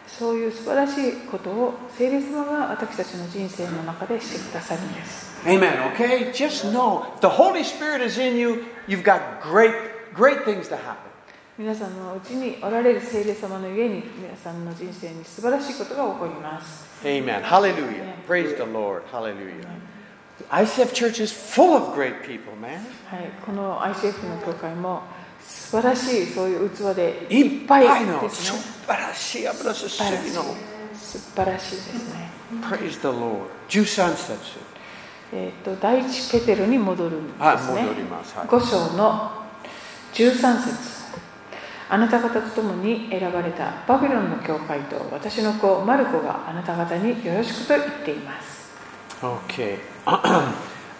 S2: そういう素晴らしいことを聖霊様が私たちの人生の中でしてくださるんです。
S1: Amen. Okay? Just know the Holy Spirit is in you. You've got great, great things to happen.
S2: 皆さんのうちにおられる聖霊様のゆえに皆さんの人生に素晴らしいことが起こります。
S1: Amen. Hallelujah. Praise the Lord. Hallelujah. ICF Church is full of great people, man.
S2: はい、この ICF の教会も素晴らしいそういう器でいっぱいですね。
S1: いっぱいの素晴らしい油注ぎの。
S2: 素晴らしいですね。
S1: Praise the Lord. 13節。
S2: えっ、と第一ペテロに戻るんですね。
S1: Ah, はい、戻ります。はい。
S2: 5章の13節あなた方と共に選ばれたバビロンの教会と私の子マルコがあなた方によろしくと言っています
S1: Okay.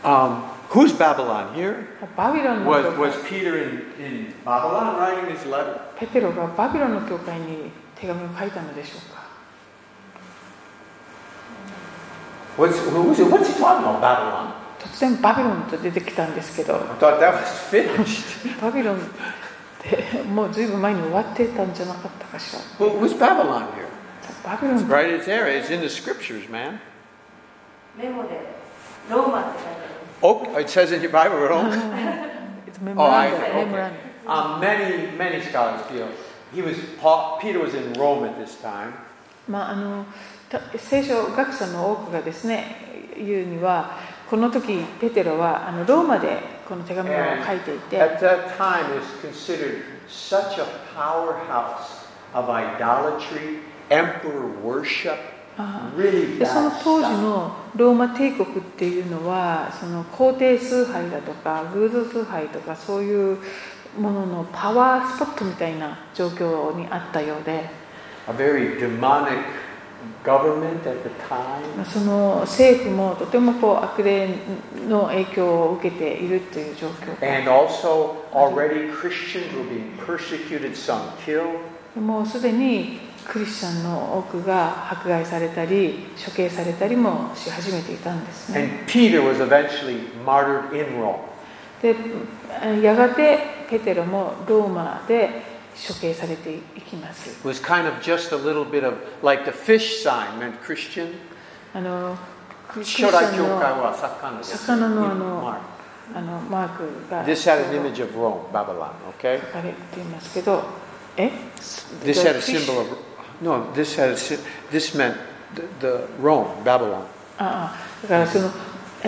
S1: um, who's Babylon here?
S2: バビロンの教
S1: Was,
S2: 会
S1: was Peter in, in Babylon writing this letter?
S2: ペテロがバビロンの教会に手紙を書いたのでしょうか
S1: What's, who was it? What's he talking about, Babylon?
S2: 突然バビロンと出てきたんですけど
S1: I thought that was finished.
S2: バビロンってもうずいぶん前に終わってたんじゃなかったかしら
S1: Who, who's Babylon here?
S2: バビロン
S1: It's right it's there. It's in the scriptures, man.
S3: メモでローマって書いてある
S1: Oh, it says in your Bible, right?
S2: メ
S1: Oh,
S2: モ
S1: I
S2: ラン
S1: see.
S2: ダムメモラ
S1: Okay.
S2: ンダム
S1: Um, many, many scholars feel he was Paul, Peter was in Rome at this time.
S2: まあ、あのた聖書学者の多くがですね言うにはこの時ペテロはあのローマでこの手紙を書いていて
S1: At that time, it was considered such a powerhouse of idolatry, emperor worship,
S2: あ
S1: really
S2: でその
S1: bad
S2: 当時
S1: stuff.
S2: のローマ帝国っていうのはその皇帝崇拝だとか偶像崇拝とかそういうもののパワースポットみたいな状況にあったようで
S1: A very demonic government at the time.
S2: その政府もとてもこう悪霊の影響を受けているという状況
S1: And also, already Christians were being persecuted, some killed.
S2: もうすでにクリスチャンの多くが迫害されたり処刑されたりもし始めていたんですね
S1: And Peter was eventually martyred in Rome.
S2: でやがてペテロもローマで処刑されていきます
S1: It was kind of just a little bit of like the fish sign meant Christian.
S2: あのクリスチャンの
S1: 将来教会は魚
S2: 魚のあの
S1: です。
S2: あのマークが
S1: This had an image of Rome, Babylon, okay?
S2: 書かれていますけどえ
S1: This had a
S2: The fish-
S1: symbol of, no, this had, a sy- this meant the, the Rome, Babylon.
S2: ああだからそのあ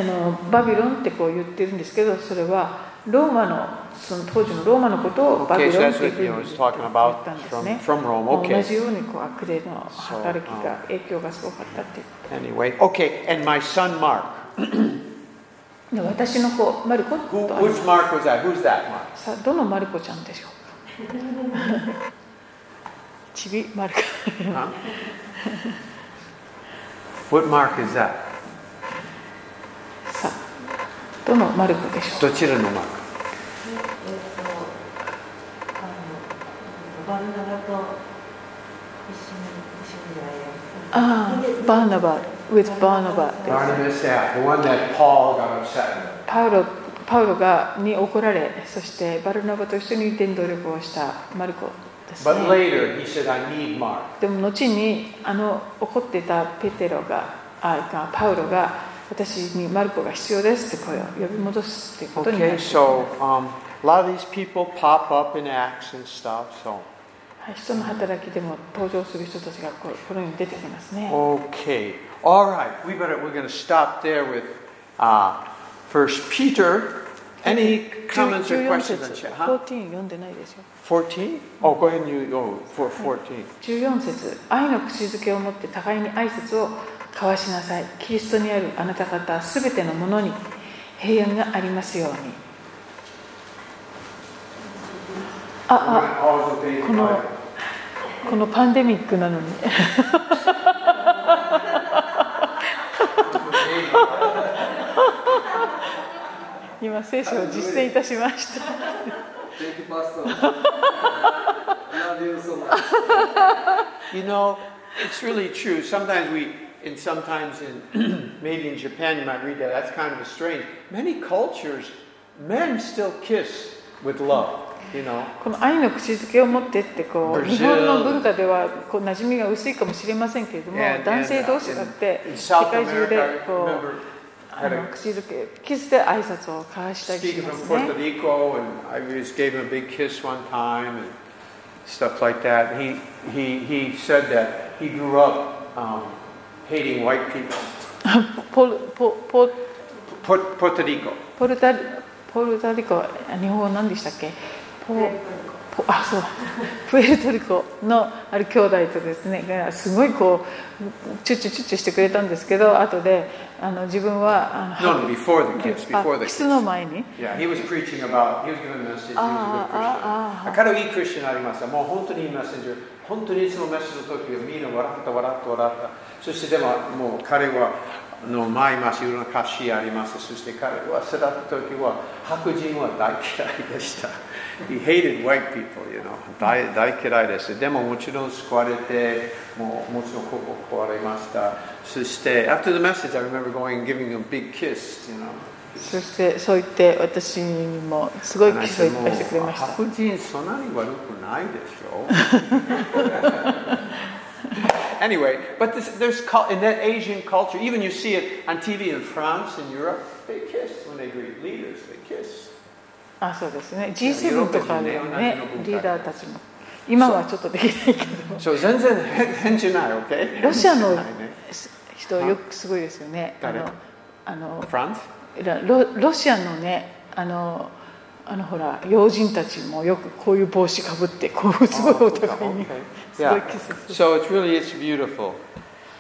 S2: のバビロンってこう言ってるんですけどそれはローマのその当時のローマのことをバ
S1: Okay,
S2: ビ
S1: so
S2: ロンっ
S1: that's
S2: ていう
S1: what you know, it's talking
S2: ふうに言っ
S1: about
S2: たんです
S1: from,
S2: ね
S1: from Rome,
S2: もう同
S1: okay?
S2: じようにこう悪霊の働きが影響がすごかったっていう
S1: Anyway, okay, and my son Mark.
S2: で私の子マルコ
S1: Who,
S2: とありま
S1: which
S2: す
S1: Mark was that? Who's that Mark?
S2: さあどのマルコちゃんでしょうかちびマルコ
S1: Huh? What Mark is that?
S2: さあどのマルコでしょうか
S1: どちらのMark?
S3: えっとあのバルナバと一緒に一緒にや
S2: ああバーナバ with バーナバです
S1: Barnabas, yeah, the one that Paul got upset with.
S2: パウロパウロがに怒られそしてバルナバと一緒に伝道旅行をしたマルコです、
S1: But
S2: ね、
S1: later he said, I need Mark.
S2: でも後にあの怒っていたペテロがあかパウロが私にマルコが必要ですって声を呼び戻すっていうことになる
S1: Okay, so um, a lot of these people pop up in Acts and stuff. So,
S2: はい、人の働きでも登場する人たちがこうこのように出てきますね
S1: okay, all right, we better we're going to stop there with uh, First Peter. Any comments or
S2: 14
S1: questions? On
S2: 節
S1: chat?
S2: 14
S1: Huh?
S2: 読んでないですよ
S1: Fourteen? Oh, go ahead and you go for fourteen.
S2: 14節愛の口づけを持って互いに挨拶を交わしなさいキリストにあるあなた方すべてのものに平安がありますようにあ
S1: Always
S2: あこのこのパンデミックなのに 今聖書を実践いたしました
S5: Thank you, Pastor. Love you so much.
S1: You know, it's really true. Sometimes we, and sometimes in maybe in Japan, you might read that. That's kind of strange. Many cultures, men still kiss with love. You know,
S2: この愛の口づけを持ってってこう
S1: Brazil
S2: 日本の文化ではこう馴染みが薄いかもしれませんけれども
S1: And-
S2: 男性
S1: and, uh,
S2: 同士だって
S1: in
S2: 世
S1: South
S2: 界中
S1: America,
S2: で
S1: I
S2: こう
S1: remember
S2: あ
S1: had a
S2: の口づけキスで挨拶を交わしたりし
S1: speaker
S2: ま
S1: from
S2: す
S1: Puerto
S2: ね
S1: Rico, and I just gave him a big kiss one time and stuff like that. He he he said that he grew up um, hating white people.
S2: ポルポポ
S1: ポポートリコ。
S2: ポルタポルタリコあ日本語何でしたっけポポあそうプエルトリコのある兄弟とですねがすごいこうチュッチュチュッチュしてくれたんですけど後であの自分はあ
S1: No, no, before the kiss,
S2: あ
S1: before the
S2: キ
S1: kiss.
S2: スの前に
S1: Yeah, he was preaching about, he was giving a message, he was
S2: Ah,
S1: a
S2: あーあーあー
S1: good Christian. 明るいクリスチャンになりました。もう本当にいいメッセンジャー、本当にいつもメッセージの時はみんな笑った、笑った、笑った。そしてでも、もう彼は、あの舞います、いろんな歌詞あります。そして彼は育った時は、白人は大嫌いでした。He hated white people, you know. 大大嫌いです。でももちろん救われて、もうもちろんここ壊れました。そして、after the message, I remember going and giving him a big kiss, you know.
S2: そしてそう言って私にもすごいキスをいっぱいしてくれました
S1: 白人そんなに悪くないでしょ anyway, but this, there's cul- in that Asian culture, even you see it on TV in France and Europe, they kiss when they greet leaders. They kiss.
S2: あそうですね G7 とかではねリーダーたちも今はちょっとできないけど
S1: So 全 然変変じゃない、okay?
S2: ロシ アの
S1: 変じゃないね
S2: 人よくすごいですよねあ
S1: 誰
S2: のあの
S1: France?
S2: ロロシアのねあのあのほら要人たちもよくこういう帽子かぶってこうすごいお互いにすごい
S1: Oh, Yeah.
S2: キスする
S1: So it's really it's beautiful.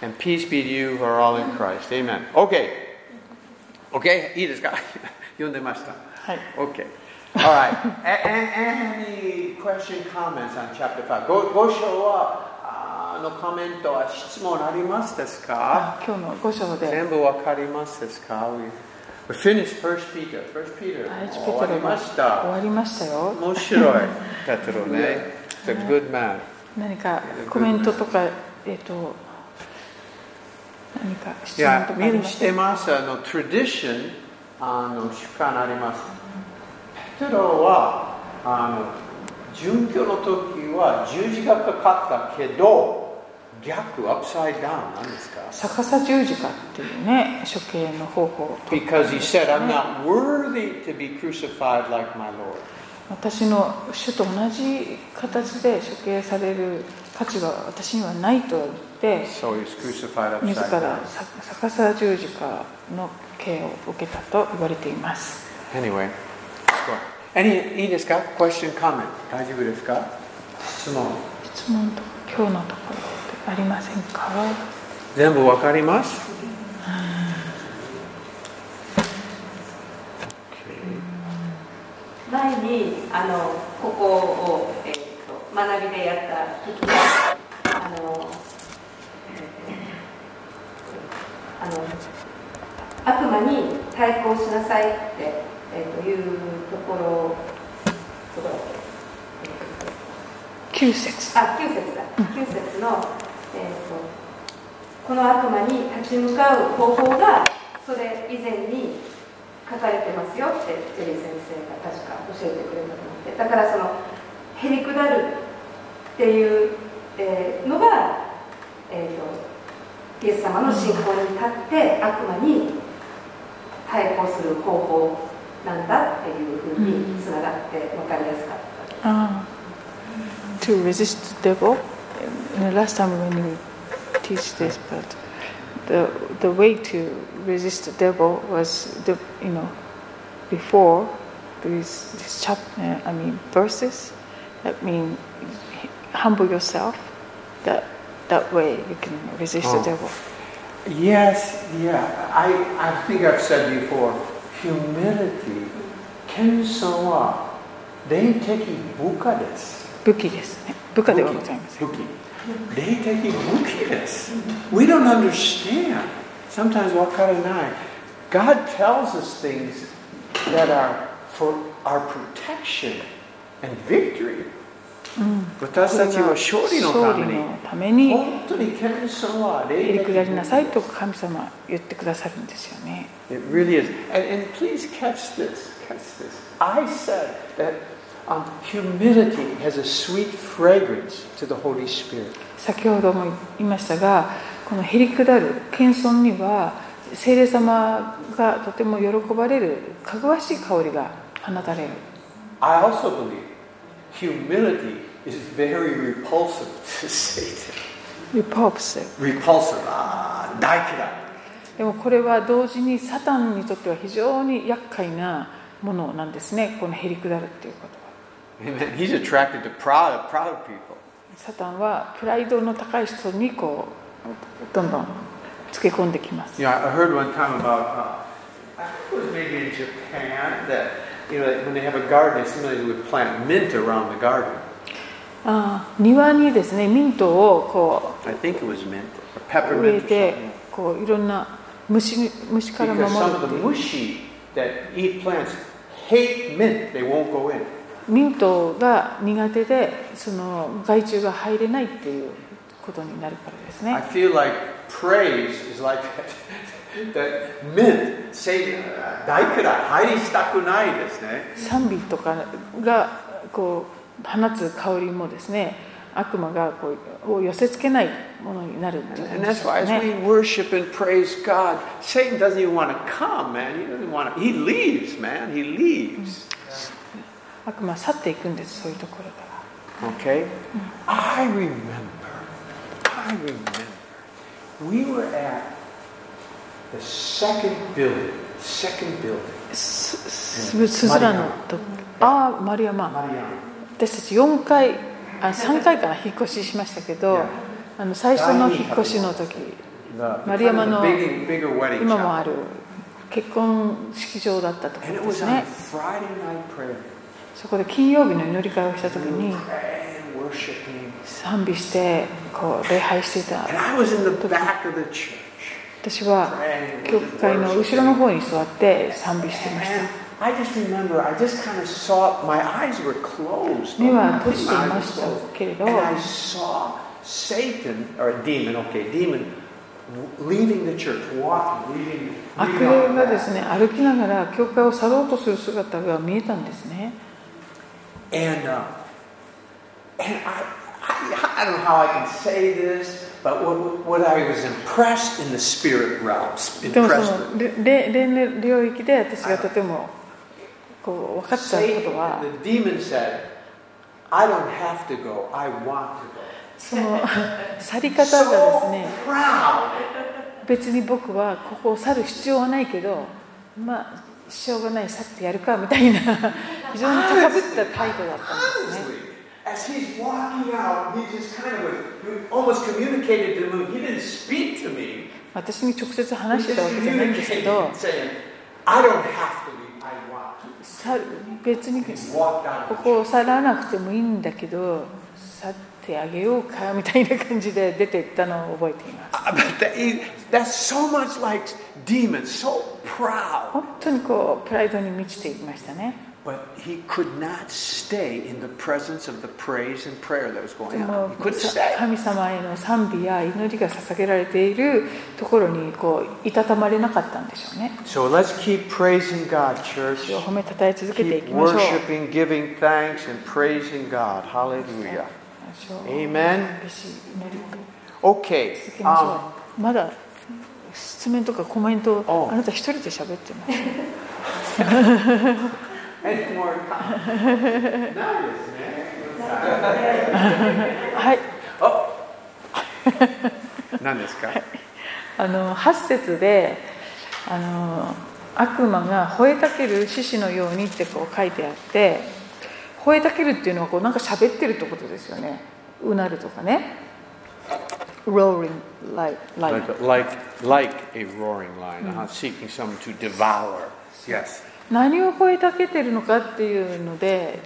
S1: And peace be to you who are all in Christ. Amen. Okay. Okay, いい ですか読んでました。
S2: はい
S1: Okay. All right. A- and, any question, comments on chapter 5? Go, go show up. Ah, のコメントは質問ありますですか
S2: あ今日の5章で
S1: 全部わかりますですか we, ?We finished 1 Peter. 1 Peter. Oh,
S2: 第一
S1: 終わりまし
S2: 終
S1: た。
S2: わりましたよ
S1: 面白い。ペトロね。It's a good man.
S2: 何かコメントとかえっと何か
S1: い
S2: 質問
S1: や
S2: と、かあ
S1: み
S2: り
S1: ん
S2: ま
S1: なし
S2: せ
S1: て
S2: ん
S1: ます。あの、tradition、あの、習慣あります。ペテロは、あの、殉教の時は十字架かかったけど、逆、アップサイダウンなんですか
S2: 逆さ十字架っていうね処刑の方法
S1: ?Because he said, I'm not worthy to be crucified like my Lord.
S2: 私の主と同じ形で処刑される価値が私にはないと言って
S1: So he was crucified
S2: 自
S1: upside
S2: ら
S1: down.
S2: さ逆さ十字架の刑を受けたと言われています
S1: Anyway, let's go. Any- いいですか ?Question, comment. 大丈夫ですか質問。
S2: 質問とか今日のところってありませんか
S1: 全部わかります Okay.
S6: 前にあのここを、えー、と学びでやった時にあの、えーとあの悪魔に対抗しなさいって、えーというところどこだっけ
S2: 9節
S6: あ9節だ9節の、えーとこの悪魔に立ち向かう方法がそれ以前に書かれてますよってジェリー先生が確か教えてくれたと思ってだからそのへりくだるっていう、えーのが、えー、とイエス様の信仰に立って悪魔に対抗する方法なんだっていうふうにつながって分かりやすかった。
S2: ああ To resist the devil And the last time when you teach this but the, the way to resist the devil was the you know before these this chapter I mean verses that mean humble yourself that that way you can resist
S1: Oh.
S2: the devil
S1: Yes, yeah. I, I think I've said before, humility, 謙遜は霊的部下です。
S2: 武器ですね部下ではございません
S1: 武器。霊的武器です。We don't understand. Sometimes わからない。God tells us things that are for our protection and victory. 私たちは勝利のために。
S2: ために
S1: 本当に謙遜は
S2: へ
S1: 霊
S2: り
S1: 的武
S2: く
S1: 器
S2: だりなさいと神様言ってくださるんですよね
S1: It really is. And, and please catch this. Catch this. I said that um, humility has a sweet fragrance to the Holy Spirit.
S2: 先ほども言いましたがこのへりくだる謙遜には聖霊様がとても喜ばれるかぐわしい香りが放たれる
S1: I also believe humility is very repulsive to Satan.
S2: repulsive
S1: Repulsive. Ah, daikira.
S2: でもこれは同時にサタンにとっては非常に厄介なものなんですねこのへりくだるっていうことは
S1: Amen. He's attracted to proud, proud people.
S2: サタンはプライドの高い人にこうどんどんつけ込んできます
S1: You know, I heard one time about, uh, I think it was maybe in Japan, that, you know, that when they have a garden, they sometimes would plant mint around the garden.
S2: あー庭にですねミントをこう
S1: I think it was mint, or
S2: 植
S1: peppermint or
S2: えて
S1: something.
S2: こういろんな虫に虫から守
S1: Because some of the
S2: るっていう
S1: mushi that eat plants hate mint. They won't go in.
S2: ミントが苦手でその害虫が入れないっていうことになるからです
S1: I
S2: ね
S1: feel like praise is like that. that mint, say, daikura, hairi stakunai ですね。
S2: 賛美とかがこう放つ香りもですね悪魔がこうを寄せつけないものになるんじゃない
S1: And
S2: で
S1: that's
S2: す
S1: why
S2: か
S1: as
S2: ね
S1: we worship and praise God, Satan doesn't even want to come, man. He doesn't want to. He leaves, man. He leaves.
S2: 悪魔は去っていくんですそういうところから
S1: Okay? Mm. I remember. I remember. We were at the second building. Second building.
S2: すすすずらのとああマリアマ
S1: Mariana.
S2: 私たち4回あ3回から引っ越ししましたけど
S1: Yeah.
S2: あの最初の引っ越しの
S1: The,
S2: 時
S1: the, kind of
S2: Mariamano-
S1: the big, bigger wedding
S2: 今
S1: chapel.
S2: もある結婚式場だったとこ
S1: And
S2: ろ
S1: it
S2: で
S1: was
S2: す
S1: on
S2: ね
S1: Friday night prayer.
S2: そこで金曜日の祈り会をした時
S1: We
S2: に
S1: were praying, worshiping.
S2: 賛美してこう礼拝していた
S1: And I was in the back of the church.
S2: 私は教会の後ろの方に座って賛美してまし
S1: And
S2: た
S1: I just remember, I just kind of saw, my eyes were closed.
S2: 目は
S1: My
S2: 閉じていま
S1: eyes
S2: し
S1: were closed.
S2: たけれど
S1: And I saw Satan, or a demon, okay, demon, w- leaving the church, walking, leaving.
S2: 悪
S1: leaving out
S2: 霊が
S1: back.
S2: ですね歩きながら教会を去ろうとする姿が見えたんですね
S1: And, uh, and I, I, I don't know how I can say this, but what, what I was impressed in the spirit realm,
S2: でもそ
S1: impressed with.
S2: のれれ霊の領域で私がとてもこう分かったことは
S1: the demon said, I don't have to go, I want to go.
S2: そ の去り方がですね
S1: So proud.
S2: 別に僕はここを去る必要はないけどまあしょうがない去ってやるかみたいな非常に高ぶった態度だったんですね
S1: Honestly, as he's walking out, he just kind of was, he almost communicated to me. He didn't speak to me.
S2: 私に直接
S1: He
S2: 話して
S1: just
S2: たわけじゃないんですけ
S1: communicated
S2: ど
S1: saying, I don't have to leave, I want to.
S2: 去る別に
S1: He walked out of the
S2: ここを去らなくてもいいんだけど去ってあげようかみたいな感じで出て行ったのを覚えています
S1: Uh, But that is, that's so much like demons, so proud.
S2: 本当にこうプライドに満ちていましたね
S1: But he could not stay in the presence of the praise and prayer that was going
S2: でも
S1: on. He couldn't stay.
S2: 神様への賛美や祈りが捧げられているところにこういたたまれなかったんでしょうね
S1: So let's keep praising God, church.
S2: 主を褒めたたえ続けてい
S1: Keep
S2: きましょう
S1: worshiping, giving thanks, and praising God. Hallelujah.
S2: 主を
S1: Amen.
S2: 賛美し祈り
S1: Okay.
S2: 続けまし
S1: Um,
S2: ょうまだ質問とかコメント
S1: Oh.
S2: あなた一人で喋ってます
S1: any more comments?
S2: はい
S1: None this guy.
S2: あの8節であの悪魔が吠えたける獅子のようにってこう書いてあって吠えたけるっていうのはこうなんか喋ってるってことですよねうなるとかね roaring like, like
S1: Like, like, like a roaring lion, uh-huh, seeking someone to devour. Yes.
S2: 何を吠えたけてるのかっていうので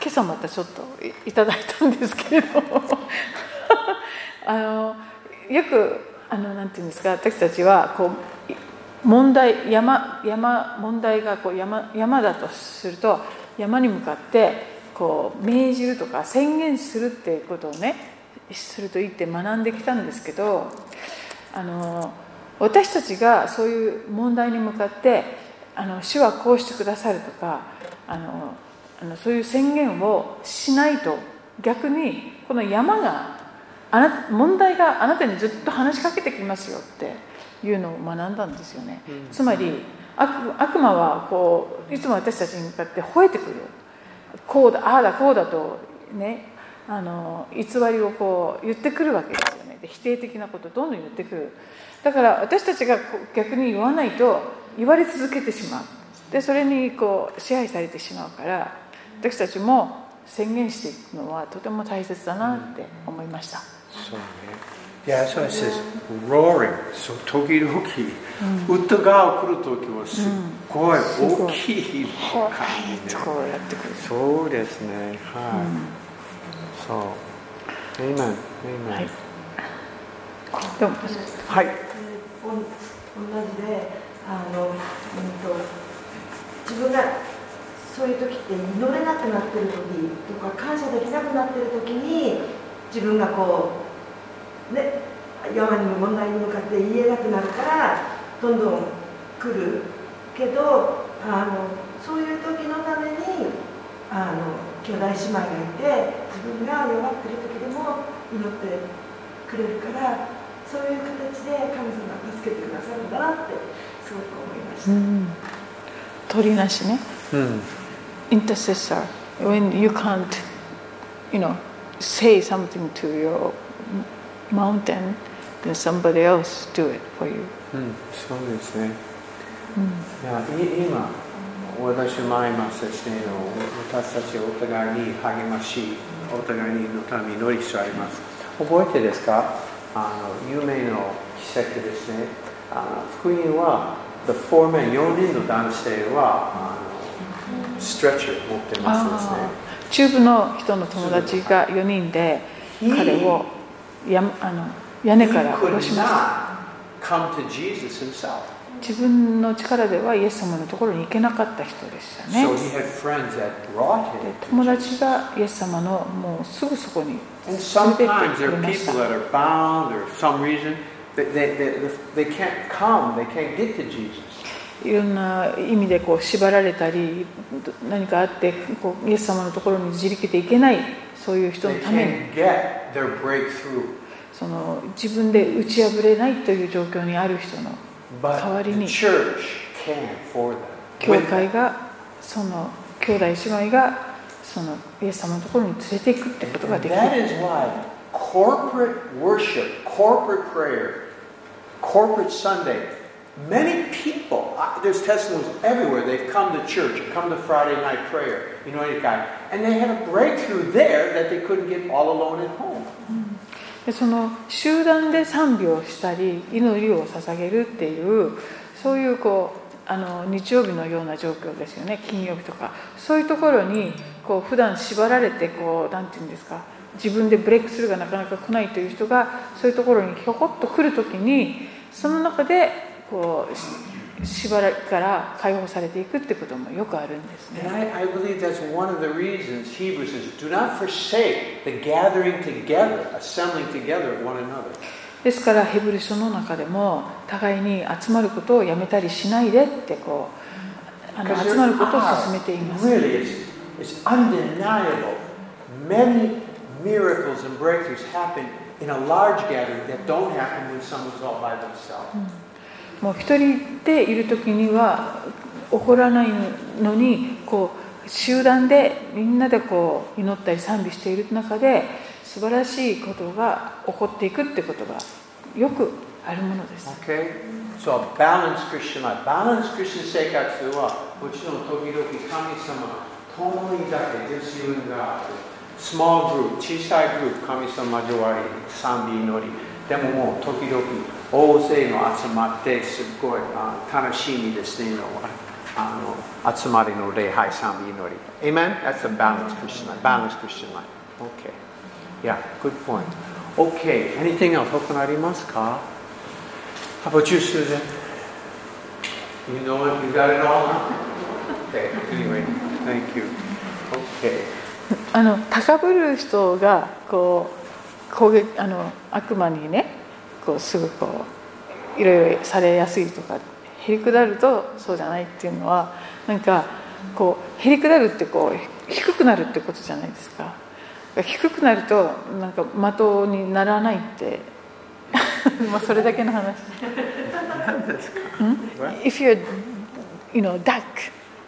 S2: 今朝またちょっといいただいたんですけれど あのよくあのなんていうんですか私たちはこうい問題山山問題がこう山山だとすると山に向かってこう命じるとか宣言するっていうことをねするといいって学んできたんですけどあの私たちがそういう問題に向かってあの主はこうしてくださるとかあのあのそういう宣言をしないと逆にこの山があな問題があなたにずっと話しかけてきますよっていうのを学んだんですよね、つまり悪悪魔はこういつも私たちに向かって吠えてくるこうだああだこうだとねあの偽りをこう言ってくるわけですよねで否定的なことをどんどん言ってくるだから私たちがこう逆に言わないと言われ続けてしまうでそれにこう支配されてしまうから私たちも宣言していくのはとても大切だなって思いました、
S1: So, yeah. Yeah, that's why it says roaring. So tokidoki. Utagao kuru toki wa sugoi okii no
S2: こうこうやってくる
S1: So, amen.
S2: はい
S1: Amen.
S2: でも
S7: はい。
S3: おん同じであの、うん、と自分がそういう時って祈れなくなってる時とか感謝できなくなってる時に自分がこうね山にも問題に向かって言えなくなるからどんどん来るけどあのそういう時のためにあの兄弟姉妹がいて自分が弱ってる時でも祈ってくれるからそういう形で神様が助けてくださるんだなってすごく思いました。
S2: うん鳥なしね
S1: Hmm.
S2: intercessor when you can't you know say something to your mountain then somebody else do it for you
S1: うん、そうですね。うん、いやい今、私も今説明を私たちお互いに励まし、お互いにのために乗り添います。覚えてですかあの有名の奇跡ですね。あの福音は、the four men、4人の男性は、あのストレッチャー持ってますですね。
S2: チューブの人の友達が4人で彼をやあの屋根から
S1: He
S2: 下ろ
S1: could
S2: しました
S1: not come to Jesus himself.
S2: 自分の力ではイエス様のところに行けなかった人でしたね
S1: So he had friends that brought him.
S2: で友達がイエス様のもうすぐそこに
S1: And
S2: 連れてっ
S1: sometimes
S2: て
S1: there are
S2: くれま
S1: people
S2: した
S1: that are bound or some reason that they, they, they, they can't come, they can't get to Jesus.
S2: いろんな意味でこう縛られたりど何かあってこうイエス様のところに自力で行けないそういう人
S1: They
S2: のために
S1: can't get their breakthrough.
S2: その自分で打ち破れないという状況にある人の代わ
S1: But
S2: り
S1: the
S2: に
S1: church can for them.
S2: 教
S1: With them.
S2: 会がその兄弟姉妹がそのイエス様のところに連れていくってことが
S1: And
S2: でき
S1: that
S2: る
S1: is why corporate worship, corporate prayer, corporate Sunday, many people, I- there's testimonies everywhere, they've come to church, or come to Friday night prayer, you know, any kind, and they had a breakthrough there that they couldn't get all alone at home.
S2: でその集団で賛美をしたり祈りを捧げるっていうそういうこうあの日曜日のような状況ですよね金曜日とかそういうところにこう普段縛られてこうなんていうんですか自分でブレイクスルーがなかなか来ないという人がそういうところにひょこっと来るときにその中でこうし縛られから解放されていくってこともよくあるんですね
S1: And。I, I believe that's one of the reasons Hebrews says, do not forsake the gathering together, assembling together of one another.
S2: ですからヘブル書の中でも互いに集まることをやめたりしないでってこうあの
S1: Because
S2: 集
S1: there
S2: まることを
S1: are
S2: 勧めています
S1: Really, it's, it's undeniable. Many miracles and breakthroughs happen in a large gathering that don't happen when someone's all by themselves.
S2: もう一人でいる時には起こらないのにこう集団でみんなでこう祈ったり賛美している中で素晴らしいことが起こっていくってことがよくあるものです
S1: Okay? So a balanced Christian life. Balanced Christian 生活は、もちろん時々神様、共にだけ自分がある。スモールグループ、小さいグループ、神様交わり、賛美祈り。でももう時々大勢の集まって、すっごいあ楽しみですねの。あの集まりの礼拝、賛美祈り。Amen? That's a balanced Christian life. Balanced Christian life. Okay. Yeah, good point. Okay, anything else? 他ありますか How about you, Susan? You know it, you got it all? huh? Okay, anyway, thank you. Okay.
S2: あの高ぶる人がこう攻撃あの悪魔にねこうすぐこういろいろされやすいとかへりくだるとそうじゃないっていうのはなんかこうへりくだるってこうひ低くなるってことじゃないですか低くなるとなんか的にならないって まあそれだけの話。ん If you're you know duck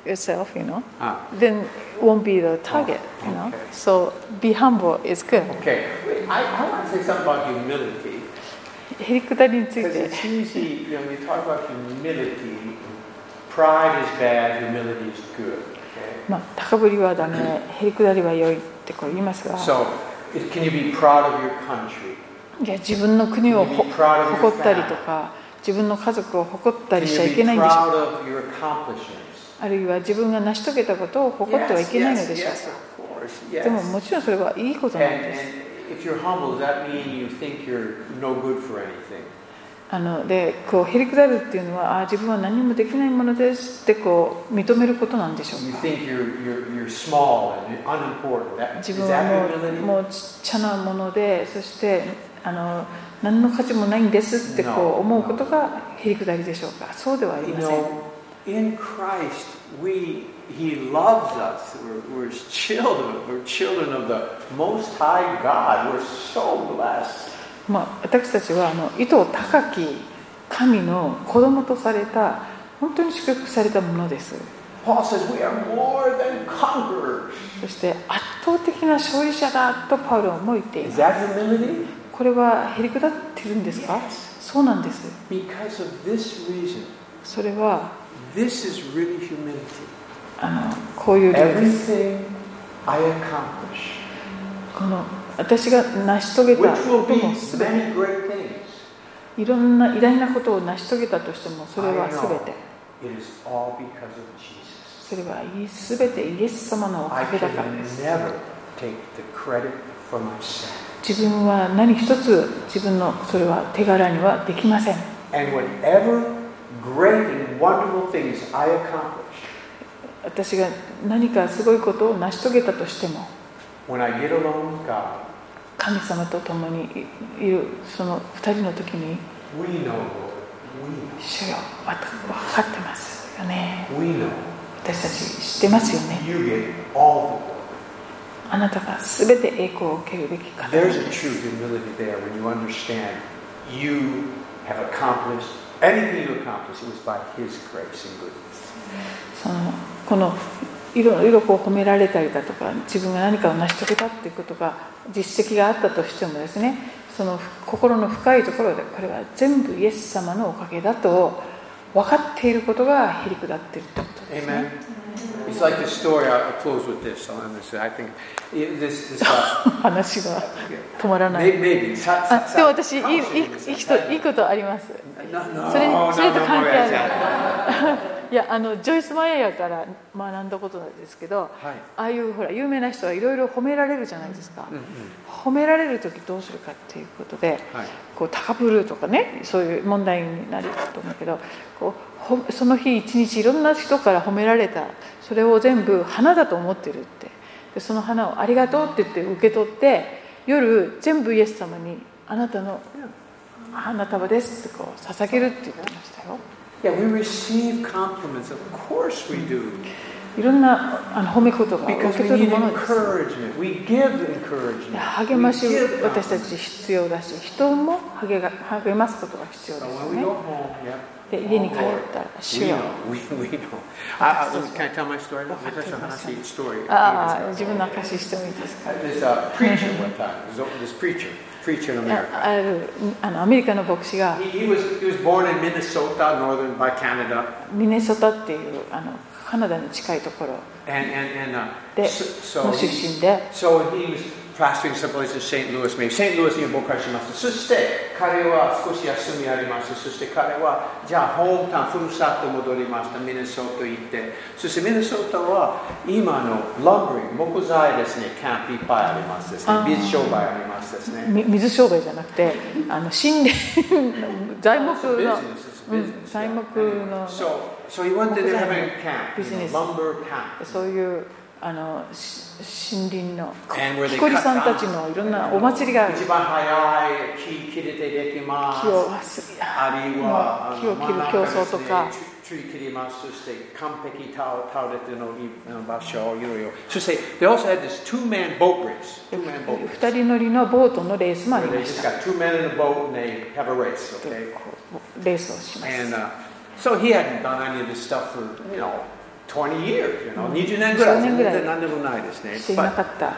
S2: yourself, you know,
S1: Ah.
S2: then it won't be the target, you know.
S1: okay.
S2: So be humble is good.
S1: Okay, Wait, I, I want to say something about humility.
S2: へりくだりについ
S1: Because
S2: て、
S1: it's easy, you know, when you talk about humility, pride is bad, humility is good. Okay?
S2: まあ、高ぶりはダメ、へりくだりは良いってこう言いますが、
S1: So, it, can you be proud of your country?
S2: いや自分の国をほ
S1: Can you be proud of your
S2: 誇ったりとか、自分の家族を誇った
S1: Can
S2: りしちゃい
S1: you
S2: け
S1: be
S2: ないんでしょう
S1: proud of your accomplishments?
S2: あるいは自分が成し遂げたことを誇ってはいけないの
S1: yes,
S2: でしょ
S1: yes,
S2: う
S1: of course,
S2: か。
S1: yes.
S2: でももちろんそれはいいことなん
S1: And,
S2: です。
S1: and if you're humble, does that mean you think you're no good for anything?
S2: あのでこうへりくだるっていうのはあ自分は何もできないものですってこう認めることなんでしょ
S1: You
S2: うか
S1: think you're, you're, you're small and you're unimportant. That,
S2: 自
S1: is
S2: 分は
S1: that humility?
S2: もうもうちっちゃなものでそしてあの何の価値もないんですってこう
S1: No.
S2: 思うことがへりくだりでしょうかそうではあり
S1: You
S2: ません
S1: know, in Christ, we He loves us. We're, we're His children. We're children of the Most High God. We're so blessed.
S2: まあ、私たちはあの意図高き神の子供とされた本当に祝福されたものです
S1: Paul says we are more than conquerors.
S2: そして圧倒的な勝利者だとパウロはも言っていま
S1: Is
S2: す
S1: that humility?
S2: これはへりくだってるんですかそうなんです
S1: Because of this reason,
S2: それは
S1: this is really humility.
S2: あのこういう理由です
S1: Everything I accomplish,
S2: この私が成し遂げ
S1: which
S2: た
S1: will
S2: ことも
S1: be
S2: すべて
S1: many great things,
S2: いろんな偉大なことを成し遂げたとしてもそれはすべて
S1: it is all because of Jesus.
S2: それはすべてイエス様のお
S1: I
S2: かげだから
S1: can
S2: です
S1: never take the credit for myself.
S2: 自分は何一つ自分のそれは手柄にはできません
S1: And whatever great and wonderful things I accomplish,
S2: 私が何かすごいことを成し遂げたとしても
S1: when I get alone with God,
S2: 神様と共にいいるその二人の時に
S1: we know, Lord, we know.
S2: 主よわた分かってますよね
S1: We know
S2: 私たち知ってますよね
S1: you get all the glory.
S2: あなたが全て栄光を受けるべき方なん
S1: There's
S2: で
S1: a
S2: す
S1: true humility there when you understand you have accomplished anything you accomplished, it was by His grace and goodness.
S2: そのこのいろいろこう褒められたりだとか自分が何かを成し遂げたっていうことが実績があったとしてもですねその心の深いところでこれは全部イエス様のおかげだと分かっていることがへりくだっているってことですね。
S1: Amen. It's like the story, I'll close with this. I'll end this. I think it- this, this uh,
S2: 話が
S1: yeah.
S2: 止まらない
S1: May- maybe. It's not-
S2: あ
S1: it's
S2: でも
S1: not-
S2: 私いい
S1: it's not-
S2: いいいい人いいことあります
S1: No, no,
S2: それ
S1: no,
S2: それと
S1: no,
S2: 関
S1: no,
S2: 係
S1: no,
S2: ある いやあのジョイス・マイヤーから学んだことなんですけど、
S1: はい
S2: ああいうほら有名な人はいろいろ褒められるじゃないですか、褒められる時どうするかっていうことで、
S1: はい
S2: こう高ぶるとかねそういう問題になると思うけどこうほその日一日いろんな人から褒められたそれを全部花だと思ってるってでその花を「ありがとう」って言って受け取って夜全部イエス様に「あなたの花束です」ってこう捧げるって言ってましたよ。
S1: Yeah, we receive compliments. Of course we do.
S2: いろんなあの褒め言葉を受
S1: Because
S2: け
S1: we
S2: 取る
S1: need
S2: ものです。
S1: encouragement. We give encouragement.
S2: 励ま
S1: We
S2: し
S1: give
S2: 私た
S1: compliments.
S2: ち必要だし人も励が励ますことが必要
S1: So
S2: ですよ
S1: when we
S2: ね
S1: go。home, yeah.
S2: で
S1: oh,
S2: 家に帰っ
S1: Lord,
S2: たら主
S1: We
S2: よ
S1: know. We, we know. I, I was, can I tell my story?
S2: わかってますよ
S1: 私の話 story.
S2: ああ自分の証ししてもいいですか
S1: This uh, preacher one time, this- this preacher, preacher in
S2: あ
S1: America.
S2: あるあのアメリカの牧師が
S1: He, he was he was born in Minnesota, northern by Canada,
S2: ミネソタっていうあのカナダに近いところ
S1: and and and uh,
S2: で
S1: so,
S2: の
S1: so
S2: 出
S1: he,
S2: 身で
S1: So he was pastoring someplace in St. Louis, maybe. St. Louis に僕はしました。そして彼は少し休みありました。そして彼は、じゃあ、ホームタウン、ふるさと戻りました。ミネソタ行って。そしてミネソタは今のランブリン木材ですね、キャンプいっぱいありますですね
S2: あー。
S1: 美術商売ありますですね。
S2: み水商売じゃなくてあの神
S1: It's a business, it's a
S2: 殿材木のうん
S1: business.
S2: 材木
S1: Anyway,
S2: の
S1: So, so he went there having a camp, you
S2: ビジネス。
S1: know, lumber camp.
S2: そういうあのし森林の
S1: And where
S2: 木
S1: they
S2: こり
S1: cut
S2: さんたち
S1: down.
S2: のいろんなお祭りがある
S1: 一番早い木切れてできます。
S2: 木を忘れ
S1: あるいはあ
S2: 木を
S1: の
S2: 切る競争とか
S1: 真ん中ですねつつい切りますそして完璧倒倒れてのいあの場所いろいろそして they also had this two man boat race two man boat
S2: 二人乗りのボートのレースもあ
S1: race where
S2: りま
S1: they
S2: し
S1: just
S2: た
S1: got two men in a boat and they have a race
S2: と
S1: okay
S2: こうレースをしま
S1: and
S2: す
S1: uh, so he hadn't done any of this stuff for you know 20 years, you know, 20年ぐらい
S2: 10年ぐらい
S1: 全然何でもないですね。
S2: してい
S1: But-
S2: なかった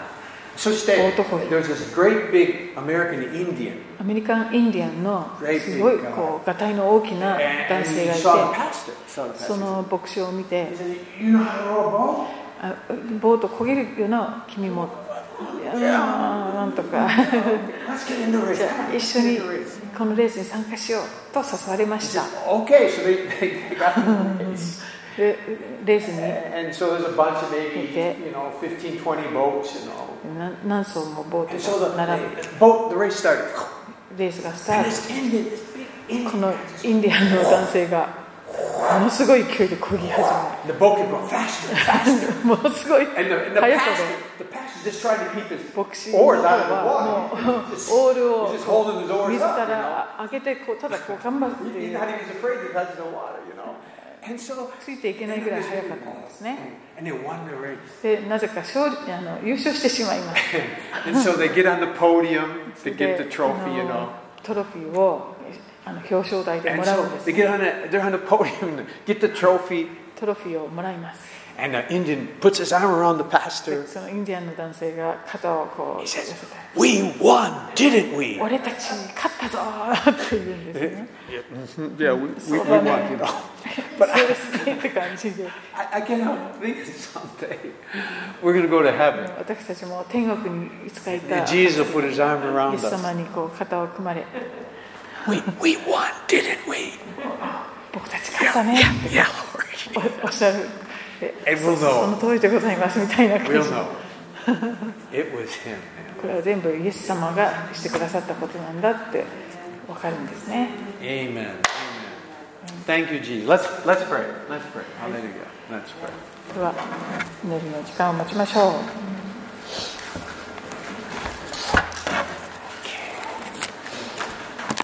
S1: そして
S2: ボートホイ、
S1: there's this great big American Indian,
S2: アメリカンインディアンの
S1: Great
S2: すごいこうがたいの大きな
S1: and,
S2: 男
S1: and
S2: 性
S1: he
S2: がいて
S1: saw the pastor. Saw the
S2: そ
S1: pastor.
S2: の牧師を見て
S1: He said, "You know how to row a boat?"
S2: あボート焦げるよな君もいやーなんとか
S1: Let's get into it.
S2: じゃあ一緒にこのレースに参加しようと誘われました
S1: Okay, so they, they, they got in the race.
S2: でレース
S1: And so there's a bunch of maybe,
S2: Okay.
S1: you know, 15, 20 boats and all.
S2: にな何層もボ
S1: And
S2: ー
S1: so
S2: ト
S1: the,
S2: が並ぶ
S1: the boat, the race started.
S2: レースがスタ
S1: And
S2: ー
S1: this Indian, this big
S2: ト
S1: Indian,
S2: このインディアンの男性がものすごい勢いで漕ぎ始
S1: the boat kept going faster, faster.
S2: めるものすごい
S1: And the, and the
S2: 速さ
S1: pastor, the pastor's just trying to keep his
S2: で牧師の方
S1: oars out of the
S2: は
S1: water.
S2: もう
S1: He's just-
S2: オール
S1: Oh, he's
S2: を
S1: just holding his oars
S2: 自
S1: up, you know.
S2: ら上げてこうただこう頑張るって
S1: He,
S2: い
S1: he,
S2: う
S1: not, he was afraid to touch the water, you know. And so,
S2: ついていけないぐらい速かったんですね
S1: and they won the race.
S2: でなぜか勝利あの優勝してしまいます
S1: And so they get on the podium to give
S2: で
S1: the trophy,
S2: あ
S1: you
S2: の
S1: know.
S2: トロフィーをあの表彰台で
S1: And
S2: もらうん
S1: so
S2: です
S1: they get on a, they're on the podium, and get the trophy,
S2: トロフィーをもらいます
S1: and the Indian puts his arm around the
S2: で
S1: pastor.
S2: そのインディアンの男性が肩をこ
S1: He
S2: う寄せ
S1: says,
S2: て
S1: "We won, didn't we?"
S2: 俺たち勝ったぞーって言うんですね
S1: Mm, Yeah, we, we, we won, you know.
S2: そうですねって感じで
S1: I, I can't help thinking someday we're going to go to heaven,
S2: 私たちも天国にいつか行った
S1: and
S2: イエ
S1: Jesus will put his arm around
S2: ス
S1: us.
S2: 様にこう肩を組まれ
S1: We, we won, didn't we?
S2: 僕たち勝ったね
S1: Yeah, Lord.
S2: おおっしゃるで
S1: And
S2: そ
S1: we'll
S2: その
S1: know.
S2: 通りでございますみたいな感
S1: We'll
S2: じ
S1: know. It was him, man.
S2: これは全部イエス様がしてくださったことなんだって分かるんですね
S1: Amen. Amen. Thank you, Jesus. Let's let's pray. Let's pray. Hallelujah. Let's pray.
S2: では祈りの時間を持ちましょう